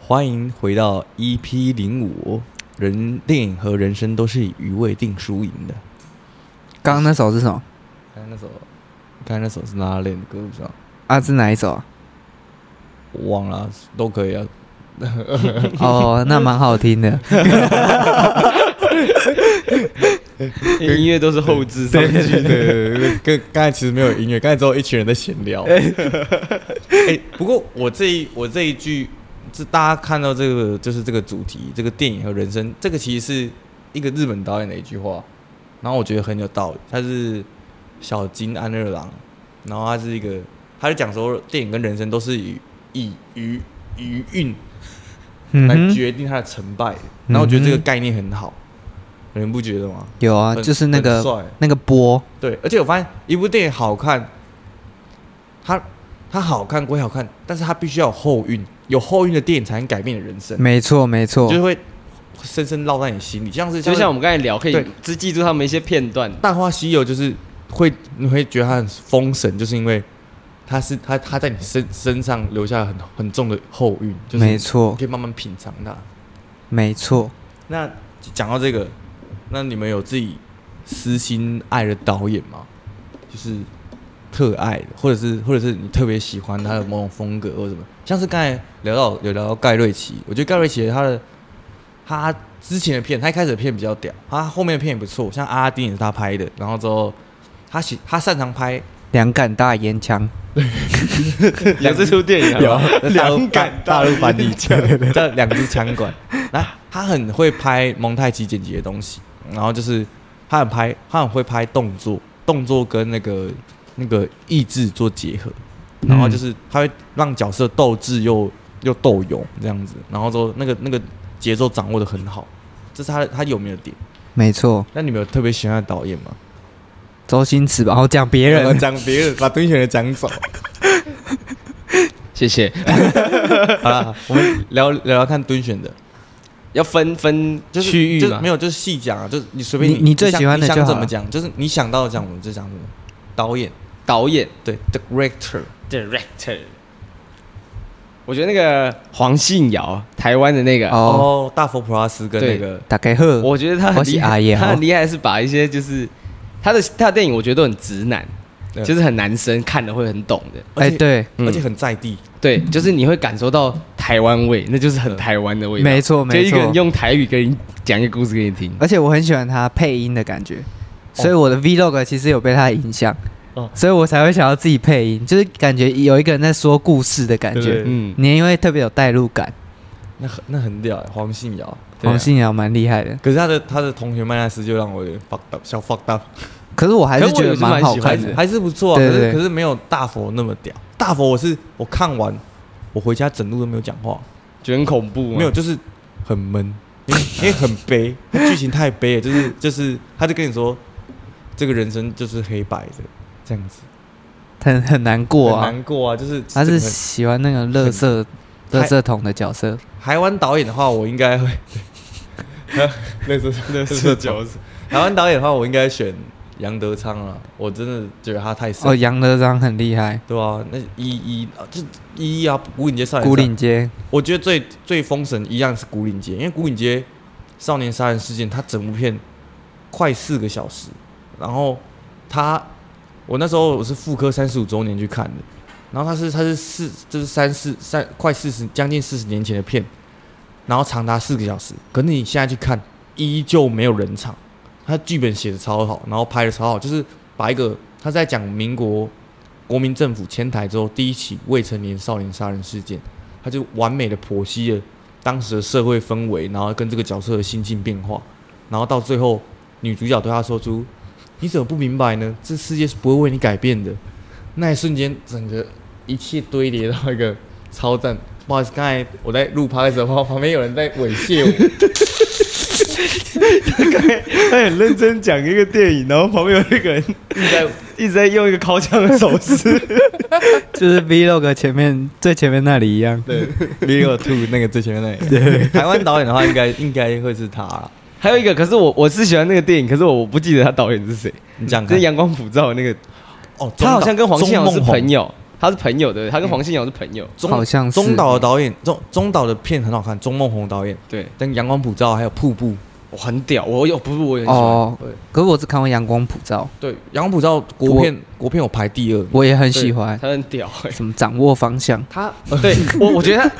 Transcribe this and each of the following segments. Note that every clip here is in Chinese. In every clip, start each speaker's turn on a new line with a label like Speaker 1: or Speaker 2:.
Speaker 1: 欢迎回到 EP 零五，人电影和人生都是以余味定输赢的。
Speaker 2: 刚刚那首是什么？
Speaker 1: 刚哎才那首，刚才那首是哪练的歌不知道，
Speaker 2: 啊，是哪 一首啊？
Speaker 1: 我忘了啊，都可以啊。
Speaker 2: 哦，那蛮好听 的。
Speaker 3: 因为音乐都是后置上
Speaker 1: 对
Speaker 3: 去
Speaker 1: 对
Speaker 3: 的。
Speaker 1: 对对，跟刚才其实没有音乐，刚才只有一群人在闲聊。哎，不过我这一我这一句，这大家看到这个就是这个主题，这个电影和人生，这个其实是一个日本导演的一句话，然后我觉得很有道理。他是小金安二郎，然后他是一个，他就讲说电影跟人生都是以以余余韵
Speaker 2: 嗯
Speaker 1: 来
Speaker 2: 哼，
Speaker 1: 决定他的成败的。然后我觉得这个
Speaker 2: 嗯哼
Speaker 1: 概念很好，你们不觉得吗？
Speaker 2: 有啊，
Speaker 1: 很
Speaker 2: 就是那
Speaker 1: 很
Speaker 2: 个
Speaker 1: 帅
Speaker 2: 那个波，
Speaker 1: 对，而且我发现一部电影好看，它它好看归好看，但是它必须要有后运，有后运的电影才能改变你的人生，
Speaker 2: 没错没错
Speaker 1: 就，是会深深烙在你心里。像是
Speaker 3: 就像我们刚才聊，可以
Speaker 1: 对
Speaker 3: 只记住他们一些片段。
Speaker 1: 《大话西游》，就是会你会觉得它很封神，就是因为它是它它在你身身上留下很很重的后运，就是
Speaker 2: 没
Speaker 1: 你
Speaker 2: 错
Speaker 1: 可以慢慢品尝它。
Speaker 2: 没错。
Speaker 1: 那讲到这个，那你们有自己私心爱的导演吗？就是特爱的，或者是或者是你特别喜欢他的某种风格或者什么？像是刚才聊到有聊到盖瑞奇，我觉得盖瑞奇他的他之前的片，他一开始的片比较屌，他后面的片也不错，像阿拉丁也是他拍的，然后之后他喜他擅长拍
Speaker 2: 两杆大烟枪，
Speaker 3: 有这出电影啊，
Speaker 1: 两杆大陆翻译枪，这两支枪管。来，他很会拍蒙太奇剪辑的东西，然后就是他很拍，他很会拍动作，动作跟那个那个意志做结合，然
Speaker 2: 嗯
Speaker 1: 后就是他会让角色斗智又又斗勇这样子，然后说那个那个节奏掌握的很好，这是他的他有名的点。
Speaker 2: 没错，
Speaker 1: 那你们有特别喜欢的导演吗？
Speaker 2: 周星驰吧，然后哦讲别
Speaker 1: 我
Speaker 2: 人，
Speaker 1: 哦讲别人，把对选的讲 走。
Speaker 3: 谢谢。
Speaker 1: 好啦，啊我们聊聊聊看蹲选的。
Speaker 3: 要分分
Speaker 1: 就是
Speaker 3: 区域
Speaker 1: 就
Speaker 3: 嘛，
Speaker 1: 没有，就是细讲啊，就是你随便
Speaker 2: 你
Speaker 1: 你
Speaker 2: 你最
Speaker 1: 想
Speaker 2: 喜欢的
Speaker 1: 你
Speaker 2: 就
Speaker 1: 想
Speaker 2: 好
Speaker 1: 怎么
Speaker 2: 了
Speaker 1: 讲，就是你想到的讲，我们就讲什么。导演
Speaker 3: 导演
Speaker 1: 对 director，
Speaker 3: director。我觉得那个黄信尧，台湾的那个，
Speaker 2: 哦
Speaker 1: 哦，大佛普拉斯跟那个
Speaker 2: 打开喝，
Speaker 3: 我觉得他
Speaker 2: 我
Speaker 3: 很
Speaker 2: 是
Speaker 3: 厉
Speaker 2: 阿
Speaker 3: 害
Speaker 2: 瑶，
Speaker 3: 他很厉害是把一些就是他的他的电影，我觉得都很直男，
Speaker 1: 对
Speaker 3: 就是很男生看了会很懂的。
Speaker 2: 哎
Speaker 1: 而且
Speaker 2: 对，
Speaker 1: 而
Speaker 3: 嗯
Speaker 1: 且很在地，
Speaker 3: 对，就是你会感受到台湾味，那就是很台湾的味道。
Speaker 2: 没错
Speaker 3: 就
Speaker 2: 没
Speaker 3: 一个人
Speaker 2: 错，
Speaker 3: 用台语跟你讲一个故事给你听。
Speaker 2: 而且我很喜欢他配音的感觉，所以我的 vlog 其实有被他的影响
Speaker 1: 哦，
Speaker 2: 所以我才会想要自己配音，就是感觉有一个人在说故事的感
Speaker 1: 对对
Speaker 2: 觉，
Speaker 1: 对
Speaker 3: 嗯，
Speaker 2: 你因为特别有代入感，哦
Speaker 1: 那很那很屌欸，黄信尧。啊
Speaker 3: 对啊
Speaker 2: 黄信尧蛮厉害的，
Speaker 1: 可是他的他的同学麦纳斯就让我有点 fucked up，小 fucked up，
Speaker 2: 可是我还是
Speaker 3: 可是我
Speaker 2: 觉
Speaker 3: 也
Speaker 2: 得
Speaker 3: 是蛮
Speaker 2: 蛮好
Speaker 3: 喜 欢
Speaker 1: 还
Speaker 2: 看
Speaker 1: 是
Speaker 2: 的，
Speaker 1: 还是不错啊。
Speaker 2: 对
Speaker 1: 可是
Speaker 2: 对
Speaker 1: 可是没有大佛那么屌。大佛我是我看完，我回家整路都没有讲话，
Speaker 3: 觉得很恐怖吗？啊
Speaker 1: 没有，就是很闷，因为因为很悲，它剧情太悲了，就是就是，他就跟你说，这个人生就是黑白的这样子，
Speaker 2: 很很难过
Speaker 1: 很
Speaker 2: 啊，
Speaker 1: 难过啊，就是
Speaker 2: 他
Speaker 1: 整个
Speaker 2: 是喜欢那个乐色
Speaker 1: 很
Speaker 2: 乐色桶的角色，
Speaker 1: 台湾导演的话，我应该会，
Speaker 3: 那是那
Speaker 1: 是
Speaker 3: 是九十，
Speaker 1: 台湾导演的话，我应该选杨德昌了，我真的觉得他太
Speaker 2: 哦，
Speaker 1: 神，
Speaker 2: 杨德章很厉害，
Speaker 1: 对啊，那一一啊，就一一啊，古岭街少年，
Speaker 2: 古岭，街，
Speaker 1: 我觉得最最封神一样是古岭街，因为古岭街少年杀人事件，它整部片快四个小时，然后他我那时候我是妇科三十五周年去看的，然后他是他是四就是三四三快四十将近四十年前的片，然后长达四个小时，可是你现在去看依旧没有人场，他剧本写的超好，然后拍的超好，就是把一个他在讲民国国民政府迁台之后第一起未成年少年杀人事件，他就完美的剖析了当时的社会氛围，然后跟这个角色的心境变化，然后到最后女主角对他说出：“你怎么不明白呢？这世界是不会为你改变的。”那一瞬间，整个一切堆叠到一个超赞。不好意思，刚才我在录趴的时候，旁边有人在猥亵我。
Speaker 3: 他很认真讲一个电影，然后旁边有那个人
Speaker 1: 一直在
Speaker 3: 一直在用一个靠枪的手势。
Speaker 2: 就是 vlog 前面最前面那里一样，
Speaker 1: 对 Leo Two 那个最前面那里，台湾导演的话应该应该会是他啦。
Speaker 3: 还有一个，可是我我是喜欢那个电影，可是我不记得他导演是谁，
Speaker 1: 你讲
Speaker 3: 就是
Speaker 1: 看
Speaker 3: 阳光普照的那个，
Speaker 1: 哦，
Speaker 3: 他好像跟黄信尧是朋
Speaker 1: 友，
Speaker 3: 友，他是朋友对不对？他跟黄信尧是朋友，
Speaker 1: 中
Speaker 2: 好像是
Speaker 1: 中岛的导演，中中岛的片很好看，钟梦宏导演，
Speaker 3: 对，
Speaker 1: 跟《阳光普照》还有《瀑布》。
Speaker 3: 我很屌，我有不是我也很喜欢，
Speaker 2: 哦，可是我只看过《阳光普照》，
Speaker 1: 对，《阳光普照》国
Speaker 2: 我
Speaker 1: 片国片我排第二，
Speaker 2: 我也很喜欢，
Speaker 3: 他很 屌哎、
Speaker 2: 什么掌握方向，
Speaker 3: 他哦对我我觉得他，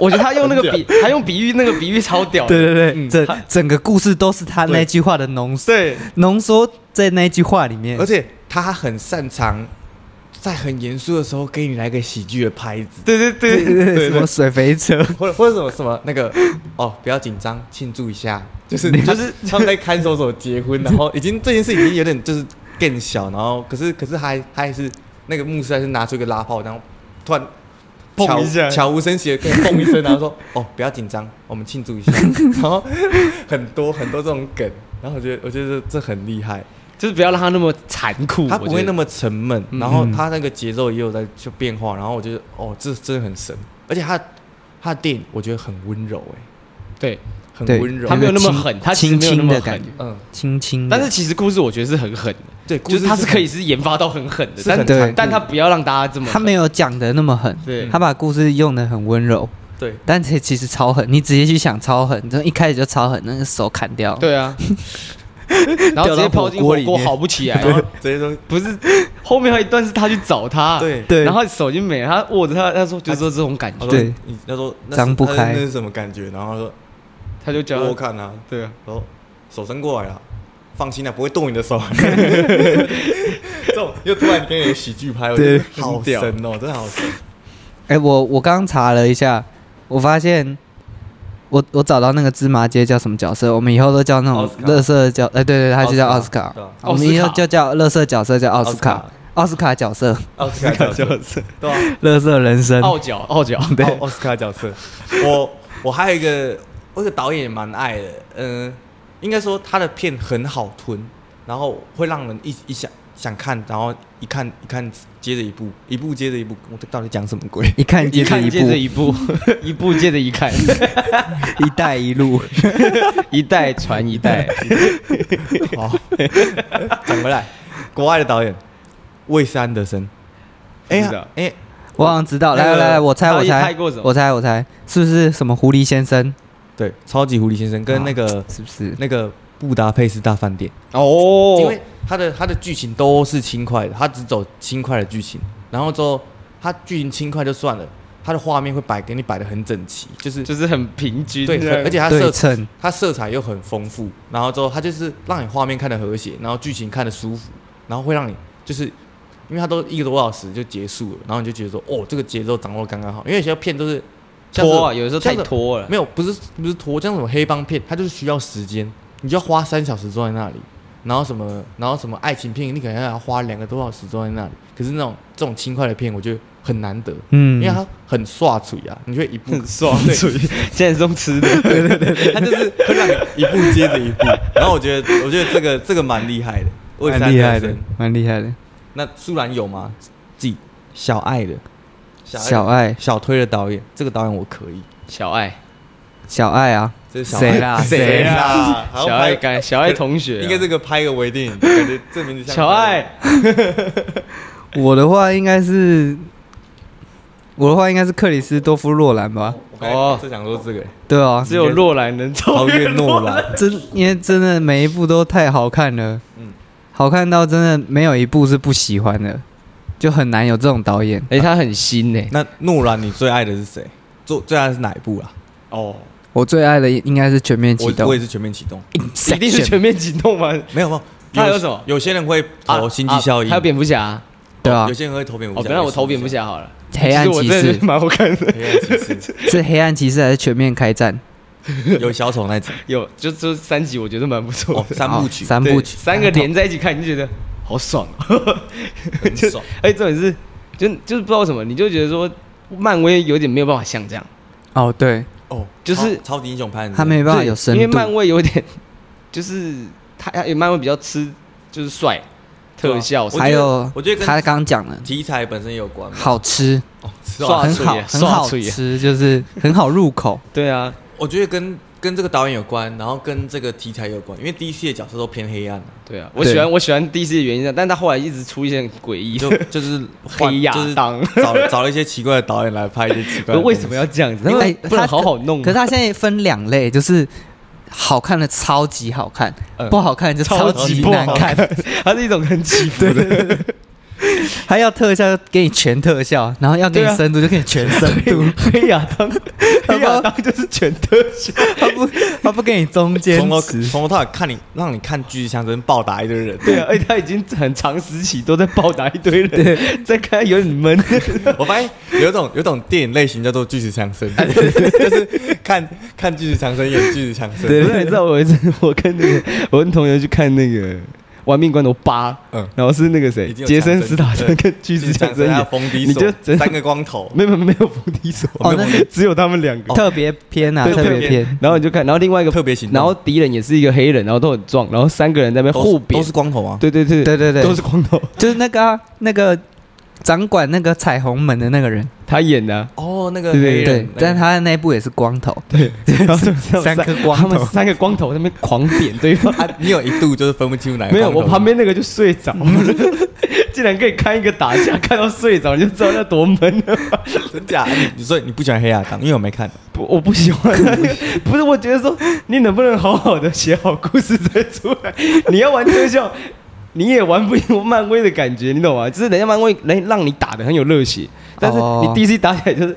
Speaker 3: 我觉得他用那个比，他用比喻那个比喻超屌的，
Speaker 2: 对对对，
Speaker 1: 嗯
Speaker 2: 这
Speaker 3: 哦他
Speaker 2: 整个故事都是他那
Speaker 3: 对
Speaker 2: 句话的浓缩，
Speaker 3: 对
Speaker 2: 浓缩在那句话里面
Speaker 1: 而。且他很擅长在很严肃的时候给你来个喜剧的拍子，
Speaker 3: 对对对
Speaker 2: 对对对，
Speaker 1: 对
Speaker 2: 什么水肥车，
Speaker 1: 或者或者什么什么那个哦，不要紧张，庆祝一下，就是就是他们在看守所结 婚，然后已经这件事已经有点就是更小，然后可是可是还还是那个牧师还是拿出一个拉炮，然后突然
Speaker 3: 砰
Speaker 1: 悄
Speaker 3: 一下
Speaker 1: 悄无声息的跟你砰一声，然后说 哦不要紧张，我们庆祝一下，然后很多很多这种梗，然后我觉得我觉得这这很厉害，
Speaker 3: 就是不要让他那么残酷，
Speaker 1: 他不会那
Speaker 3: 么
Speaker 1: 么沉闷，
Speaker 3: 嗯
Speaker 1: 然后他那个节奏也有在就变化，然后我觉得哦这真的很神，而且他他的电影我觉得很温柔哎、
Speaker 3: 对，
Speaker 1: 很
Speaker 2: 对
Speaker 1: 温柔，
Speaker 3: 他没有那么
Speaker 2: 轻
Speaker 3: 狠，他其实
Speaker 2: 轻
Speaker 3: 没有那
Speaker 2: 轻
Speaker 3: 么
Speaker 2: 的
Speaker 3: 狠
Speaker 2: 感觉，
Speaker 1: 嗯，
Speaker 2: 轻轻的。
Speaker 3: 但是其实故事我觉得是很狠的，
Speaker 1: 对，
Speaker 3: 就是他是可
Speaker 1: 以，
Speaker 3: 以是研发到很狠的，
Speaker 1: 是
Speaker 3: 但
Speaker 1: 很
Speaker 2: 对
Speaker 1: 残酷
Speaker 3: 但他不要让大家这么狠，
Speaker 2: 他没有讲的那么狠，
Speaker 3: 对
Speaker 2: 他把故事用的很温柔，
Speaker 1: 对
Speaker 2: 但其其实超狠。你直接去想超狠，就一开始就超狠，那个手砍掉。
Speaker 3: 对啊，然后直接泡进火
Speaker 2: 掉到火锅里
Speaker 3: 锅
Speaker 2: 面
Speaker 3: 好不起来，
Speaker 1: 然后直接说
Speaker 3: 不是后面还有一段是他去找他，
Speaker 1: 对
Speaker 2: 对
Speaker 3: 然后手机没了，他握着他，他说就是说这种感
Speaker 1: 他
Speaker 3: 觉，
Speaker 1: 说
Speaker 2: 对
Speaker 1: 你他说那是
Speaker 2: 张不
Speaker 1: 他说
Speaker 2: 开
Speaker 1: 那是什么感觉？然后他说
Speaker 3: 他就
Speaker 1: 给
Speaker 3: 教
Speaker 1: 我
Speaker 3: 他，
Speaker 1: 看啊，
Speaker 3: 对啊，
Speaker 1: 然后手伸过来了，放心了，不会动你的 手。这种又突然给你喜剧拍，我觉得
Speaker 3: 对
Speaker 1: 好
Speaker 3: 很屌
Speaker 1: 神哦，真的好神。
Speaker 2: 哎、我我刚查了一下，我发现我我找到那个芝麻街叫什么角色，我们以后都叫那种
Speaker 1: 奥斯卡
Speaker 2: 乐色角，哎、对对，他就叫奥
Speaker 1: 奥
Speaker 2: 斯
Speaker 1: 斯
Speaker 2: 卡
Speaker 1: 卡，
Speaker 2: 我们以后就叫乐色角色叫奥
Speaker 1: 奥
Speaker 2: 斯
Speaker 1: 斯
Speaker 2: 卡
Speaker 1: 卡，
Speaker 2: 奥斯卡角色，
Speaker 1: 奥斯卡角色，对啊，
Speaker 2: 乐色人生，
Speaker 3: 傲角傲角，
Speaker 1: 奥奥斯卡角 色。我我还有一个，我有个导演也蛮爱的，嗯、应该说他的片很好吞，然后会让人一一想想看，然后一看一看接着一部，一部接着一部，我这到底讲什么鬼？
Speaker 2: 一看
Speaker 3: 一
Speaker 2: 接着
Speaker 3: 看
Speaker 2: 一
Speaker 3: 接着
Speaker 2: 步，
Speaker 3: 一步， 一步接着一看，
Speaker 2: 一带一路，
Speaker 3: 一代传一代，
Speaker 1: 好， 讲回来，国外的导演魏斯安德森，哎
Speaker 3: 不知道
Speaker 1: 呀，哎，
Speaker 2: 我好像知道，
Speaker 3: 那
Speaker 2: 来
Speaker 3: 个
Speaker 2: 来来，我猜
Speaker 3: 他
Speaker 2: 我
Speaker 3: 也拍
Speaker 2: 猜
Speaker 3: 过什么，
Speaker 2: 我猜我猜，是不是什么狐狸先生？
Speaker 1: 对，超级狐狸先生跟那个、
Speaker 2: 是不是？
Speaker 1: 那个布达佩斯大饭店。
Speaker 3: 哦
Speaker 1: 因为他的他的剧情都是轻快的，他只走轻快的剧情，然后之后他剧情轻快就算了，他的画面会摆给你摆的很整齐，就是
Speaker 3: 就是很平均，
Speaker 1: 对，
Speaker 3: 这样
Speaker 1: 很而且他
Speaker 2: 对
Speaker 1: 色
Speaker 2: 称，
Speaker 1: 他色彩又很丰富，然后之后他就是让你画面看的和谐，然后剧情看的舒服，然后会让你就是因为他都一个多小时就结束了，然后你就觉得说哦这个节奏掌握得刚刚好，因为有些片都是像是
Speaker 3: 拖啊，有的时候太
Speaker 1: 像是
Speaker 3: 拖了，
Speaker 1: 没有，不是不是拖，像什么黑帮片，它就是需要时间，你就要花三小时坐在那里。然后什么，然后什么爱情片，你可能要花两个多小时坐在那里。可是那种这种轻快的片，我觉得很难得，因
Speaker 2: 嗯
Speaker 1: 为，它很刷嘴啊，你会一步，
Speaker 3: 爽嘴，现在是用吃的，
Speaker 1: 它就是会让你一步接着一步。然后我觉得，我觉得这个这个蛮厉害的，我也
Speaker 2: 蛮
Speaker 1: 是
Speaker 2: 厉
Speaker 1: 安德
Speaker 2: 害的
Speaker 1: 森。，
Speaker 2: 蛮厉害的，
Speaker 1: 那苏然有吗？自己小爱的，
Speaker 2: 小爱
Speaker 1: 小推的导演，这个导演我可以。
Speaker 3: 小爱，
Speaker 2: 小爱啊，
Speaker 1: 这是小
Speaker 2: 谁 啦？
Speaker 1: 谁啊
Speaker 2: 啦？
Speaker 1: 啦？好拍
Speaker 3: 小爱感，小爱同学啊，
Speaker 1: 应该这个拍个微电影，感觉这名字像
Speaker 3: 小爱，
Speaker 2: 我的话应该是，我的话应该是克里斯多夫洛兰吧？
Speaker 1: 我刚
Speaker 3: 哦
Speaker 1: 才是想说这个
Speaker 2: 对啊，
Speaker 3: 只有若兰能超
Speaker 1: 超
Speaker 3: 越
Speaker 1: 越诺
Speaker 3: 诺兰，
Speaker 1: 兰，
Speaker 2: 真因为真的每一部都太好看了，
Speaker 1: 嗯
Speaker 2: 好看到真的没有一部是不喜欢的，就很难有这种导演。
Speaker 3: 哎，他很新呢，
Speaker 1: 那诺兰你最爱的是谁？最最爱的是哪一部啦？
Speaker 3: 哦，
Speaker 2: 我最爱的应该是《全面启
Speaker 1: 我
Speaker 2: 动
Speaker 1: 我》也，是全面启 动，
Speaker 3: 一定是全面启动吗？
Speaker 1: 没有没有，
Speaker 3: 他有什么
Speaker 1: 有些人会投星际效应，
Speaker 3: 啊还有蝙蝠侠，
Speaker 2: 对啊
Speaker 1: 有，些人会投蝙蝠
Speaker 3: 哦，
Speaker 1: 侠，
Speaker 3: 不然我投蝙
Speaker 1: 蝙
Speaker 3: 蝠，侠好了，
Speaker 2: 《黑暗骑
Speaker 3: 其实我真的
Speaker 2: 士
Speaker 3: 觉得》蛮好看的，
Speaker 1: 黑暗骑士
Speaker 2: 是《黑暗骑士》还是《全面开战》
Speaker 1: 有小丑 那集，
Speaker 3: 有就就三集，我觉得蛮不错
Speaker 1: 哦
Speaker 3: 的，
Speaker 1: 三部曲
Speaker 2: 哦三
Speaker 3: 对
Speaker 2: 部曲，
Speaker 3: 啊三个连在一起看，你就觉得好爽啊！
Speaker 1: 很 爽，
Speaker 3: 哎，重点是，就就是不知道为什么，你就觉得说漫威有点没有办法像这样，
Speaker 2: 哦，对，
Speaker 1: 哦，
Speaker 3: 就是
Speaker 1: 超超级英雄派，
Speaker 2: 他没办法有深
Speaker 3: 对因为
Speaker 2: 度，
Speaker 3: 漫威有点就是他，哎漫威比较吃就是帅
Speaker 1: 对啊
Speaker 3: 特效
Speaker 1: 我觉得
Speaker 2: 还有
Speaker 1: 我觉得跟
Speaker 2: 他刚讲了，
Speaker 1: 题材本身也有关嘛，
Speaker 2: 好吃，
Speaker 1: 哦，是
Speaker 3: 爽
Speaker 1: 吧
Speaker 2: 很
Speaker 3: 脆
Speaker 2: 好
Speaker 3: 耶，
Speaker 2: 很
Speaker 3: 爽
Speaker 2: 好
Speaker 3: 脆耶
Speaker 2: 吃，就是很好入口。
Speaker 3: 对啊，
Speaker 1: 我觉得跟跟这个导演有关，然后跟这个题材有关，因为 DC 的角色都偏黑暗、啊，
Speaker 3: 对啊，我喜欢我喜欢 DC 的原因是，但他后来一直出一些很诡异
Speaker 1: 就
Speaker 3: 的，
Speaker 1: 就是换
Speaker 3: 黑亚
Speaker 1: 就是
Speaker 3: 当
Speaker 1: 找找了一些奇怪的导演来拍一些奇怪的。
Speaker 3: 为什么？要这样子？
Speaker 2: 因为
Speaker 3: 他们不能
Speaker 2: 他
Speaker 3: 好好弄吗，
Speaker 2: 可是哎它现在分两类，就是好看的超级好看，
Speaker 1: 嗯
Speaker 2: 不好看就
Speaker 3: 超级
Speaker 2: 级
Speaker 3: 不
Speaker 2: 难
Speaker 3: 好看，它是一种很起伏的，
Speaker 2: 还要特效就给你全特效，然后要给
Speaker 3: 对
Speaker 2: 你
Speaker 3: 啊
Speaker 2: 深度就给你全深度，
Speaker 3: 黑亚当，黑亚当就是全特效，
Speaker 2: 他不他不给你中间
Speaker 1: 从头
Speaker 2: 值。
Speaker 1: 从头到尾看你，让你看巨石强森暴打一堆人。
Speaker 3: 对啊，而且他已经很长时期都在暴打一堆人，再看有点闷，
Speaker 1: 我发现有一种有一种电影类型叫做巨石强 森，就是看看巨石强森演巨石强森。
Speaker 3: 对，不是你知道我有一次 我跟那个我跟同学去看那个《玩命关头八》，
Speaker 1: 嗯
Speaker 3: 然后是那个谁
Speaker 1: 已经有
Speaker 3: 杰森
Speaker 1: 强森
Speaker 3: 斯塔森跟巨石强森
Speaker 1: 还有
Speaker 3: 演，
Speaker 1: 冯迪
Speaker 3: 你就
Speaker 1: 手
Speaker 3: 真
Speaker 1: 三个光 头，
Speaker 3: 没有没有冯迪手，
Speaker 2: 哦那是
Speaker 3: 只有他们两个。
Speaker 2: 特别偏啊，
Speaker 1: 对
Speaker 2: 特别
Speaker 1: 哦特别
Speaker 2: 偏，
Speaker 3: 然后你就看，然后另外一个
Speaker 1: 特别行动
Speaker 3: 然后敌人也是一个黑人，然后都很壮，然后三个人在那边
Speaker 1: 都
Speaker 3: 互
Speaker 1: 是
Speaker 3: 扁
Speaker 1: 都，是光头啊。
Speaker 3: 对对对
Speaker 2: 对对对
Speaker 3: 都是光头。
Speaker 2: 就是那个啊那个掌管那个彩虹门的那个人，
Speaker 3: 他演 的啊，
Speaker 1: 哦，那个
Speaker 3: 对对
Speaker 1: 黑
Speaker 2: 对
Speaker 1: 人，，那个
Speaker 2: 但他的那一部也是光头，对，
Speaker 3: 然后他们
Speaker 2: 三颗光头
Speaker 3: 他们三个光头在那边狂扁对 方。
Speaker 1: 啊，你有一度就是分不清楚哪个
Speaker 3: 没有，
Speaker 1: 光头
Speaker 3: 我旁边那个就睡着了。 竟然可以看一个打架看到睡着，你就知道那多闷啊了。
Speaker 1: 真假？你你说你不喜欢黑亚当，因为我没看。
Speaker 3: 不，我不 喜欢。不是，我觉得说你能不能好好的写好故事再出来？ 你要玩特效，你也玩不赢漫威的感觉，你懂吗？就是人家漫威能让你打的很有热血，但是
Speaker 2: 哦
Speaker 3: 你 DC 打起来就是、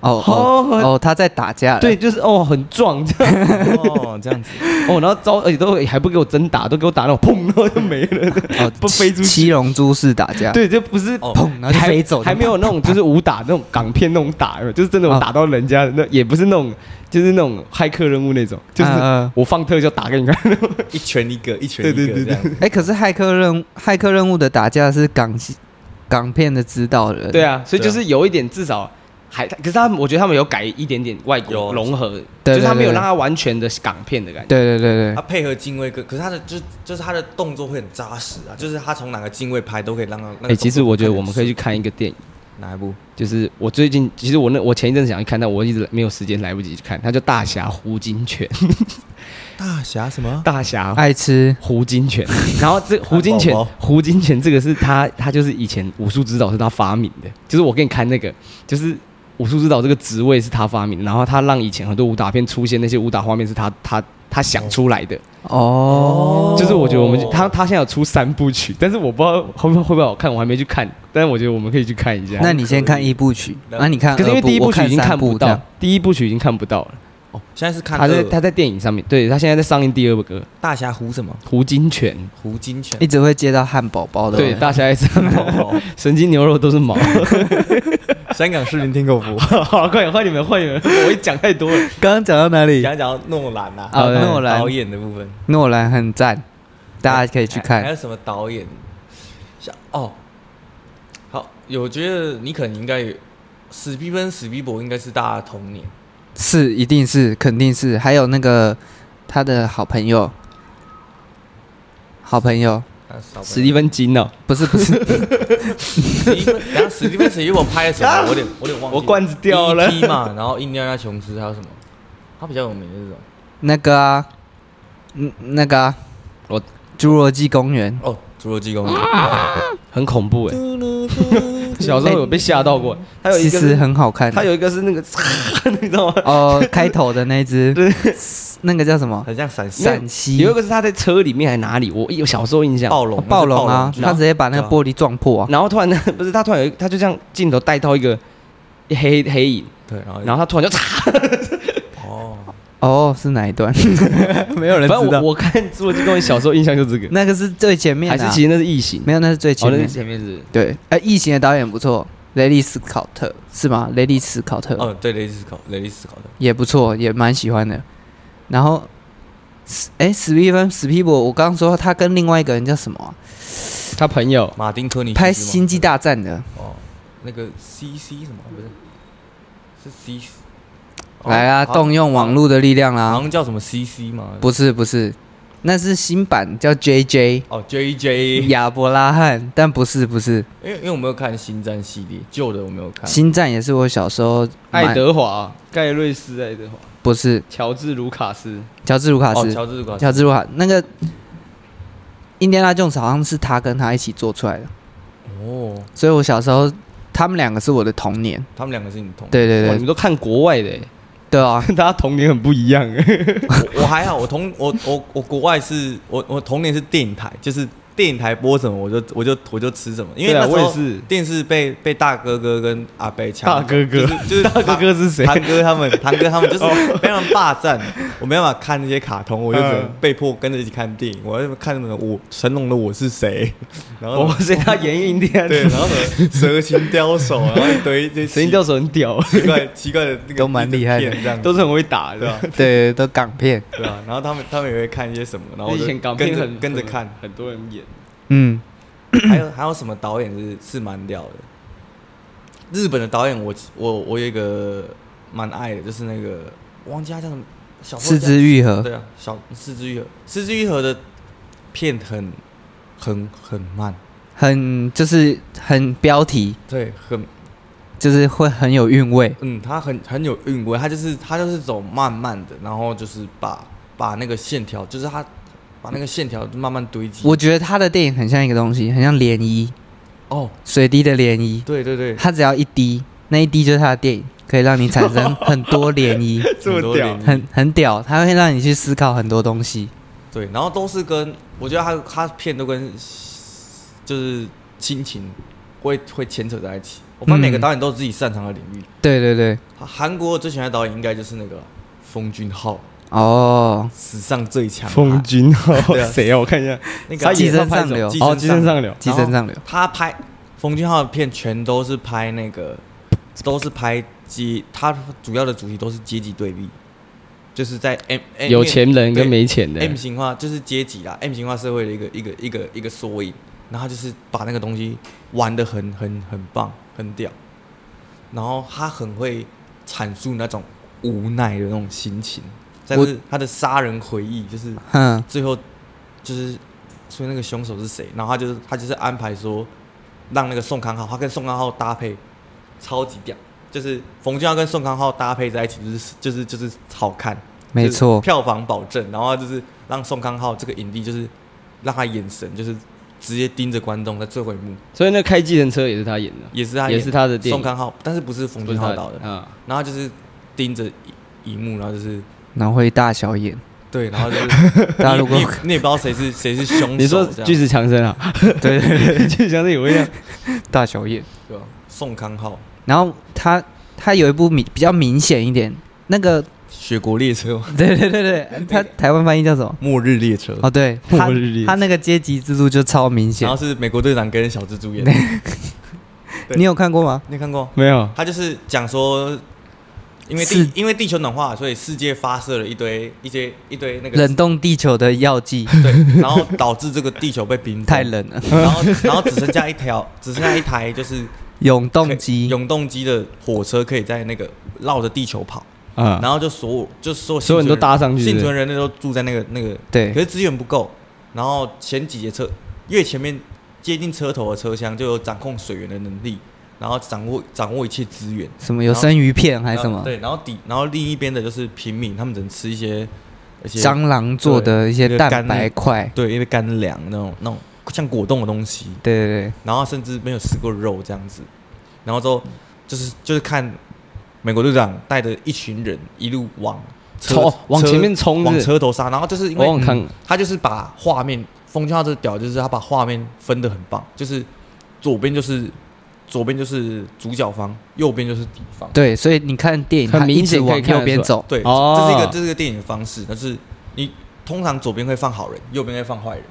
Speaker 2: 哦
Speaker 3: 哦
Speaker 2: 哦哦，他在打架了，
Speaker 3: 对，，就是哦很壮 这样
Speaker 1: 哦，这样子。
Speaker 3: 哦，然后招而且都还不给我真打，都给我打 那种砰，然后就没了，
Speaker 2: 哦，
Speaker 3: 不飞出去。
Speaker 2: 七龙珠式打架，，
Speaker 3: 对，就不是
Speaker 1: 哦
Speaker 2: 砰，然后就
Speaker 3: 还
Speaker 2: 飞走，
Speaker 3: 还没有那种就是武打那种港片那种打，有没有就是真的我
Speaker 2: 哦
Speaker 3: 打到人家的那也不是那种就是那种骇客任务那种，就是
Speaker 2: 嗯嗯
Speaker 3: 我放特效打给你看。
Speaker 1: 一拳一个，一拳一个
Speaker 3: 对对对
Speaker 1: 这样子。
Speaker 2: 哎、可是骇客任骇客任务的打架是港系港片的指导人，
Speaker 3: 对，啊，所以
Speaker 1: 对啊
Speaker 3: 就是有一点至少还，可是他们我觉得他们有改一点点外国
Speaker 1: 有
Speaker 3: 融合，
Speaker 2: 对对
Speaker 3: 就是他没有
Speaker 2: 对
Speaker 3: 让他完全的港片的感觉。
Speaker 2: 对对对
Speaker 1: 他
Speaker 2: 对，
Speaker 1: 配合敬畏哥，可是他的就就是他的动作会很扎实啊，就是他从哪个敬畏拍都可以让他。哎
Speaker 3: 哎、其实我觉得我们可以去看一个电影，
Speaker 1: 哪一部？
Speaker 3: 就是我最近其实我那我前一阵子想去看，但我一直没有时间来不及去看，它叫《大侠胡金铨》，
Speaker 1: 大侠什么？
Speaker 3: 大侠
Speaker 2: 爱吃
Speaker 3: 胡金 铨，然后这胡金
Speaker 1: 汉堡
Speaker 3: 铨
Speaker 1: 包，
Speaker 3: 胡金铨这个是他，他就是以前武术指导是他发明的，就是我给你看那个，就是武术指导这个职位是他发明的，然后他让以前很多武打片出现那些武打画面是他他他想出来的，
Speaker 2: 哦，
Speaker 3: 就是我觉得我们
Speaker 1: 哦
Speaker 3: 他他现在有出三部曲，但是我不知道会不会会不会好看，我还没去看，但是我觉得我们可以去看一下。
Speaker 2: 那你先看一部曲，
Speaker 1: 那
Speaker 2: 那、你看二
Speaker 3: 可是因为第一
Speaker 2: 部
Speaker 3: 部曲已经看
Speaker 2: 不
Speaker 3: 不到，第一部曲已经看不到了，
Speaker 1: 哦，现在是看
Speaker 3: 他在
Speaker 1: 二
Speaker 3: 他在电影上面，对他现在在上映第二个《
Speaker 1: 大侠胡什么？
Speaker 3: 胡金铨》，
Speaker 1: 胡金铨
Speaker 3: 哎
Speaker 1: 哦
Speaker 2: 一。直会接到汉堡包的，
Speaker 3: 对，大侠也是毛，神经牛肉都 是毛。
Speaker 1: 香港市民听过不？
Speaker 3: 好，快点换你们，换你们！我一讲太多了。
Speaker 2: 刚刚讲到哪里？
Speaker 1: 讲讲诺兰呐，
Speaker 2: 啊，
Speaker 3: 对
Speaker 2: 诺兰
Speaker 1: 导，演的部分，
Speaker 2: 诺兰很赞，大家可以去
Speaker 1: 还还
Speaker 2: 看。
Speaker 1: 有什么导演？像哦，好，我觉得你可能应该有史蒂芬史蒂博应该是大家的童年。
Speaker 2: 是，一定是，肯定是。还有那个他的好朋友，好朋友，
Speaker 1: 那少不了
Speaker 3: 史蒂芬金哦，
Speaker 2: 不是不是，
Speaker 1: 史蒂芬，然后史蒂芬史蒂文拍的什么？我有点啊我有点忘记了。
Speaker 3: 我罐子掉了
Speaker 1: E.T. 嘛，然后印第安纳琼斯还有什么？他比较有名的这种。
Speaker 2: 那个啊，嗯，那个、啊，
Speaker 3: 我
Speaker 2: 侏罗纪公园，
Speaker 1: 哦，侏罗纪公园。
Speaker 3: 很恐怖哎，小时候有被吓到过。还有
Speaker 2: 其
Speaker 3: 一个
Speaker 2: 实
Speaker 3: 是，
Speaker 2: 很好看。
Speaker 3: 还有一个是那个， 你知道吗？
Speaker 2: 哦，开头的那一 只，那个叫什 么？
Speaker 1: 很像陕西
Speaker 2: 陕西
Speaker 3: 有一个是他在车里面还哪里，我有小时候印象。
Speaker 1: 暴龙，
Speaker 2: 暴龙啊，
Speaker 1: 那是暴
Speaker 2: 他直接把那
Speaker 1: 对
Speaker 2: 个
Speaker 1: 啊
Speaker 2: 玻璃撞破啊。
Speaker 3: 然后突然 不是他突然有一他就这样镜头带到一个黑黑影，
Speaker 1: 对，然后
Speaker 3: 然后他突然就 嚓，
Speaker 1: 哦，
Speaker 2: 哦，是哪一段？ 没有人
Speaker 3: 反正
Speaker 2: 知道。
Speaker 3: 我我看《侏罗纪公园》小时候印象就这个，
Speaker 2: 那个是最前面
Speaker 3: 还
Speaker 2: 的
Speaker 3: 是
Speaker 2: 啊，
Speaker 3: 其实那是异形，
Speaker 2: 没有，那是最
Speaker 3: 哦，
Speaker 2: 前
Speaker 3: 那是
Speaker 2: 面。
Speaker 3: 前面是
Speaker 2: 对，呃，异形的导演不错，雷利斯考特是吗？雷利斯考特
Speaker 1: 哦，对，雷利斯考，雷利斯考的。
Speaker 2: 也不错，也蛮喜欢的。然后，哎，史蒂芬史皮伯，我刚刚说他跟另外一个人叫什么啊？
Speaker 3: 他朋友
Speaker 1: 马丁科尼奇
Speaker 2: 拍《
Speaker 1: 是吗
Speaker 2: 星际大战》的，
Speaker 1: 哦，那个 C.C. 什么不是？是 C。
Speaker 2: 来啊，动用网
Speaker 1: 络，
Speaker 2: 络的力量
Speaker 1: 哦好
Speaker 2: 啦！
Speaker 1: 像叫什么 C.C. 嘛？
Speaker 2: 不是不是，那是新版叫 J J
Speaker 1: 哦，J J，
Speaker 2: 亚伯拉罕，但不是不是，
Speaker 1: 因为因为我没有看星战系列，旧的我没有看。
Speaker 2: 星战也是我小时候蛮
Speaker 3: 爱德华、盖瑞斯、爱德华、
Speaker 2: 不是
Speaker 3: 乔治·卢卡斯，
Speaker 2: 乔治卢卡
Speaker 1: 哦，
Speaker 2: 斯，
Speaker 1: 乔治卢卡斯
Speaker 2: 乔治卢卡那个印第安纳琼斯好像是他跟他一起做出来的，
Speaker 1: 哦，
Speaker 2: 所以我小时候他们两个是我的童年。
Speaker 1: 他们两个哦是你同。
Speaker 2: 对对
Speaker 3: 哇，
Speaker 2: 对
Speaker 3: 你们都看国外的欸，
Speaker 2: 对啊，
Speaker 3: 大家童年很不一样欸。
Speaker 1: 我，我还好，我同我我我国外是我我童年是电影台，就是电影台播什么我就我就我就吃什么，因为
Speaker 3: 对啊
Speaker 1: 那时
Speaker 3: 我也是
Speaker 1: 候电视被被大哥哥跟阿伯抢
Speaker 3: 大
Speaker 1: 走，
Speaker 3: 哥哥
Speaker 1: 就是就是
Speaker 3: 大哥哥是谁？哦
Speaker 1: 堂哥他 们，堂哥他们就是被他们霸占，我没办法看那些卡通，我就只能
Speaker 3: 嗯
Speaker 1: 被迫跟着一起看电影。我要看那个我成龙的《我是谁》， 然后
Speaker 3: 哇塞，哦他演印第安
Speaker 1: 对，然后什么蛇形刁手，然后一堆这
Speaker 3: 神鹰吊手很屌，
Speaker 1: 奇怪奇怪的那个
Speaker 2: 都蛮厉害的
Speaker 1: 影片这样子
Speaker 3: 都是很会打
Speaker 1: 对
Speaker 3: 的
Speaker 1: 啊。
Speaker 2: 对都港片，
Speaker 1: 对啊，然后他们他们也会看一些什么，然后我
Speaker 3: 以
Speaker 1: 就
Speaker 3: 前港
Speaker 1: 跟
Speaker 3: 片
Speaker 1: 着
Speaker 3: 很
Speaker 1: 跟着 看，
Speaker 3: 很多人演。
Speaker 2: 嗯，
Speaker 1: 还有还有什么导演是是蛮屌的？日本的导演我，我我有一个蛮爱的，就是那个王家叫什么？小说
Speaker 2: 四
Speaker 1: 家
Speaker 2: 肢愈合，
Speaker 1: 哦对啊，小四肢愈合，四肢愈合的片很很很慢，
Speaker 2: 很就是很标题，
Speaker 1: 对，很
Speaker 2: 就是会很有韵味。
Speaker 1: 嗯，它很很有韵味，它就是它就是走慢慢的，然后就是把把那个线条，就是它把那个线条慢慢堆积。
Speaker 2: 我觉得他的电影很像一个东西，很像涟漪，
Speaker 1: 哦，
Speaker 2: 水滴的涟漪。
Speaker 1: 对对对，
Speaker 2: 它只要一滴，那一滴就是他的电影，可以让你产生很多涟 漪，
Speaker 3: 这么
Speaker 1: 很多
Speaker 3: 屌
Speaker 1: 涟漪
Speaker 2: 很很屌，它会让你去思考很多东西。
Speaker 1: 对，然后都是跟我觉得他他片都跟就是亲情会会牵扯在一起。我发现每个
Speaker 2: 嗯
Speaker 1: 导演都有自己擅长的领域，
Speaker 2: 对对对，
Speaker 1: 韩国最喜欢的导演应该就是那个奉俊昊，
Speaker 2: 哦，
Speaker 1: 史上最强
Speaker 3: 风君号
Speaker 1: 对啊
Speaker 3: 谁啊？我看一下，
Speaker 1: 那个
Speaker 3: 他
Speaker 2: 寄
Speaker 3: 也
Speaker 2: 生上流
Speaker 1: 寄
Speaker 3: 哦，寄生上流，
Speaker 2: 寄生上流，
Speaker 1: 他拍冯俊浩的片全都是拍那个，都是拍阶，他主要的主题都是阶级对立，就是在 M，M M, M
Speaker 3: 有钱人
Speaker 1: 哎对
Speaker 3: 跟
Speaker 1: 哎
Speaker 3: 没钱的
Speaker 1: M 型化就是阶级啦，M 型化社会的一个一个一个一个缩影，然后他就是把那个东西玩的很很很棒，很屌，然后他很会阐述那种无奈的那种心情，但
Speaker 2: 我
Speaker 1: 是他的杀人回忆就是
Speaker 2: 哼，
Speaker 1: 最后就是所以那个凶手是谁，然后他就是他就是安排说让那个宋康昊，他跟宋康昊搭配超级屌，就是冯俊昊跟宋康昊搭配在一起就是就是就是好看，
Speaker 2: 没
Speaker 1: 就是
Speaker 2: 错，
Speaker 1: 票房保证，然后他就是让宋康昊这个影帝就是让他眼神就是直接盯着观众在最后一幕，
Speaker 3: 所以那开计程车也是他演的，
Speaker 1: 也是他
Speaker 3: 也
Speaker 1: 演
Speaker 3: 是他的电影
Speaker 1: 宋康昊，但是不是冯
Speaker 3: 不
Speaker 1: 俊
Speaker 3: 是他
Speaker 1: 昊导的，
Speaker 3: 啊。
Speaker 1: 然后他就是盯着荧幕，然后就是
Speaker 2: 然后会大小眼，
Speaker 1: 对，然后就是
Speaker 2: 大家如
Speaker 1: 你
Speaker 2: 果
Speaker 1: 你你也不知道谁是谁是凶手，
Speaker 3: 你说
Speaker 1: 这样
Speaker 3: 巨石强森啊？
Speaker 2: 对对
Speaker 3: 巨石强森也会这样。
Speaker 2: 大小眼，
Speaker 1: 对吧？宋康昊。
Speaker 2: 然后他他有一部明比较明显一点，那个
Speaker 1: 雪国列车吗？
Speaker 2: 对对对对，他台湾翻译叫什么？
Speaker 1: 末日列车，
Speaker 2: 哦，对他
Speaker 3: 末日列车
Speaker 2: 他那个阶级制度就超明显
Speaker 1: 然后，是美国队长跟小蜘蛛演的，对
Speaker 2: 你有看过吗？
Speaker 1: 你有看过？
Speaker 3: 没有，
Speaker 1: 他就是讲说，因为
Speaker 2: 是
Speaker 1: 地因为地球暖化，所以世界发射了一堆一些一堆那个
Speaker 2: 冷冻地球的药剂
Speaker 1: 对，然后导致这个地球被冰封
Speaker 2: 太，冷了，
Speaker 1: 然后然后只剩下一条，只剩下一台就是
Speaker 2: 永
Speaker 1: 可
Speaker 2: 动
Speaker 1: 以
Speaker 2: 机，
Speaker 1: 永动机的火车可以在那个绕着地球跑，
Speaker 3: 啊，
Speaker 1: 然后就所有就所有
Speaker 3: 所有人都搭上去
Speaker 1: 幸
Speaker 3: 是不
Speaker 1: 存
Speaker 3: 是
Speaker 1: 人类都住在那个那个可
Speaker 2: 对，
Speaker 1: 是资源不够，然后前几节车越前面接近车头的车厢就有掌控水源的能力，然后掌握掌握一切资源，
Speaker 2: 什么有
Speaker 1: 然后
Speaker 2: 生鱼片还
Speaker 1: 然
Speaker 2: 是
Speaker 1: 后
Speaker 2: 什么
Speaker 1: 对，然后底然后另一边的就是平民，他们只能吃一些一些
Speaker 2: 蟑螂做的一些
Speaker 1: 对
Speaker 2: 蛋白块，
Speaker 1: 对一些干粮那种那种像果冻的东西，
Speaker 2: 对对
Speaker 1: 然后甚至没有吃过肉这样子，然后之后就是就是看美国队长带着一群人一路往车
Speaker 3: 冲往
Speaker 1: 车
Speaker 3: 前面冲是不
Speaker 1: 往
Speaker 3: 是
Speaker 1: 车头杀，然后就是因为嗯
Speaker 3: 我往看
Speaker 1: 他就是把画面，冯俊浩这个屌就是他把画面分得很棒，就是左边就是左边就是主角方，右边就是敌方
Speaker 2: 对。对，所以你看电影，
Speaker 3: 很
Speaker 2: 它一
Speaker 3: 明
Speaker 2: 直
Speaker 3: 显可
Speaker 2: 往
Speaker 3: 以看得
Speaker 2: 右边
Speaker 3: 出来
Speaker 2: 走，
Speaker 1: 对，
Speaker 3: 哦
Speaker 1: 这是一个这是一个电影的方式，但是你通常左边会放好人，右边会放坏人，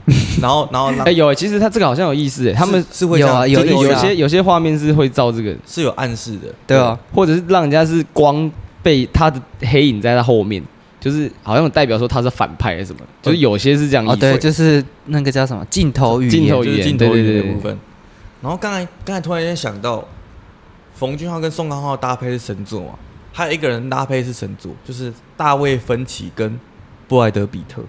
Speaker 1: 然后然后让
Speaker 3: 哎，有欸，其实他这个好像有意思欸，他们
Speaker 1: 是是会这
Speaker 2: 有
Speaker 1: 样
Speaker 2: 啊
Speaker 1: 这
Speaker 2: 有
Speaker 1: 个
Speaker 2: 意思
Speaker 3: 有
Speaker 2: 啊
Speaker 3: 些有些画面是会照这个，
Speaker 1: 是有暗示的，
Speaker 2: 对啊，
Speaker 3: 或者是让人家是光被他的黑影在他后面，就是好像有代表说他是反派还是什么，就是有些是这样意
Speaker 2: 哦，
Speaker 3: 会。
Speaker 2: 对，就是那个叫什么镜头语
Speaker 3: 镜
Speaker 2: 言
Speaker 3: 头
Speaker 1: 就
Speaker 3: 语
Speaker 1: 是
Speaker 3: 言
Speaker 1: 镜头
Speaker 3: 对
Speaker 1: 语
Speaker 3: 对
Speaker 1: 言
Speaker 3: 对
Speaker 1: 的部分。然后刚才刚才突然间想到，冯俊浩跟宋康昊搭配是神作嘛，还有一个人搭配是神作，就是大卫芬奇跟布莱德比特。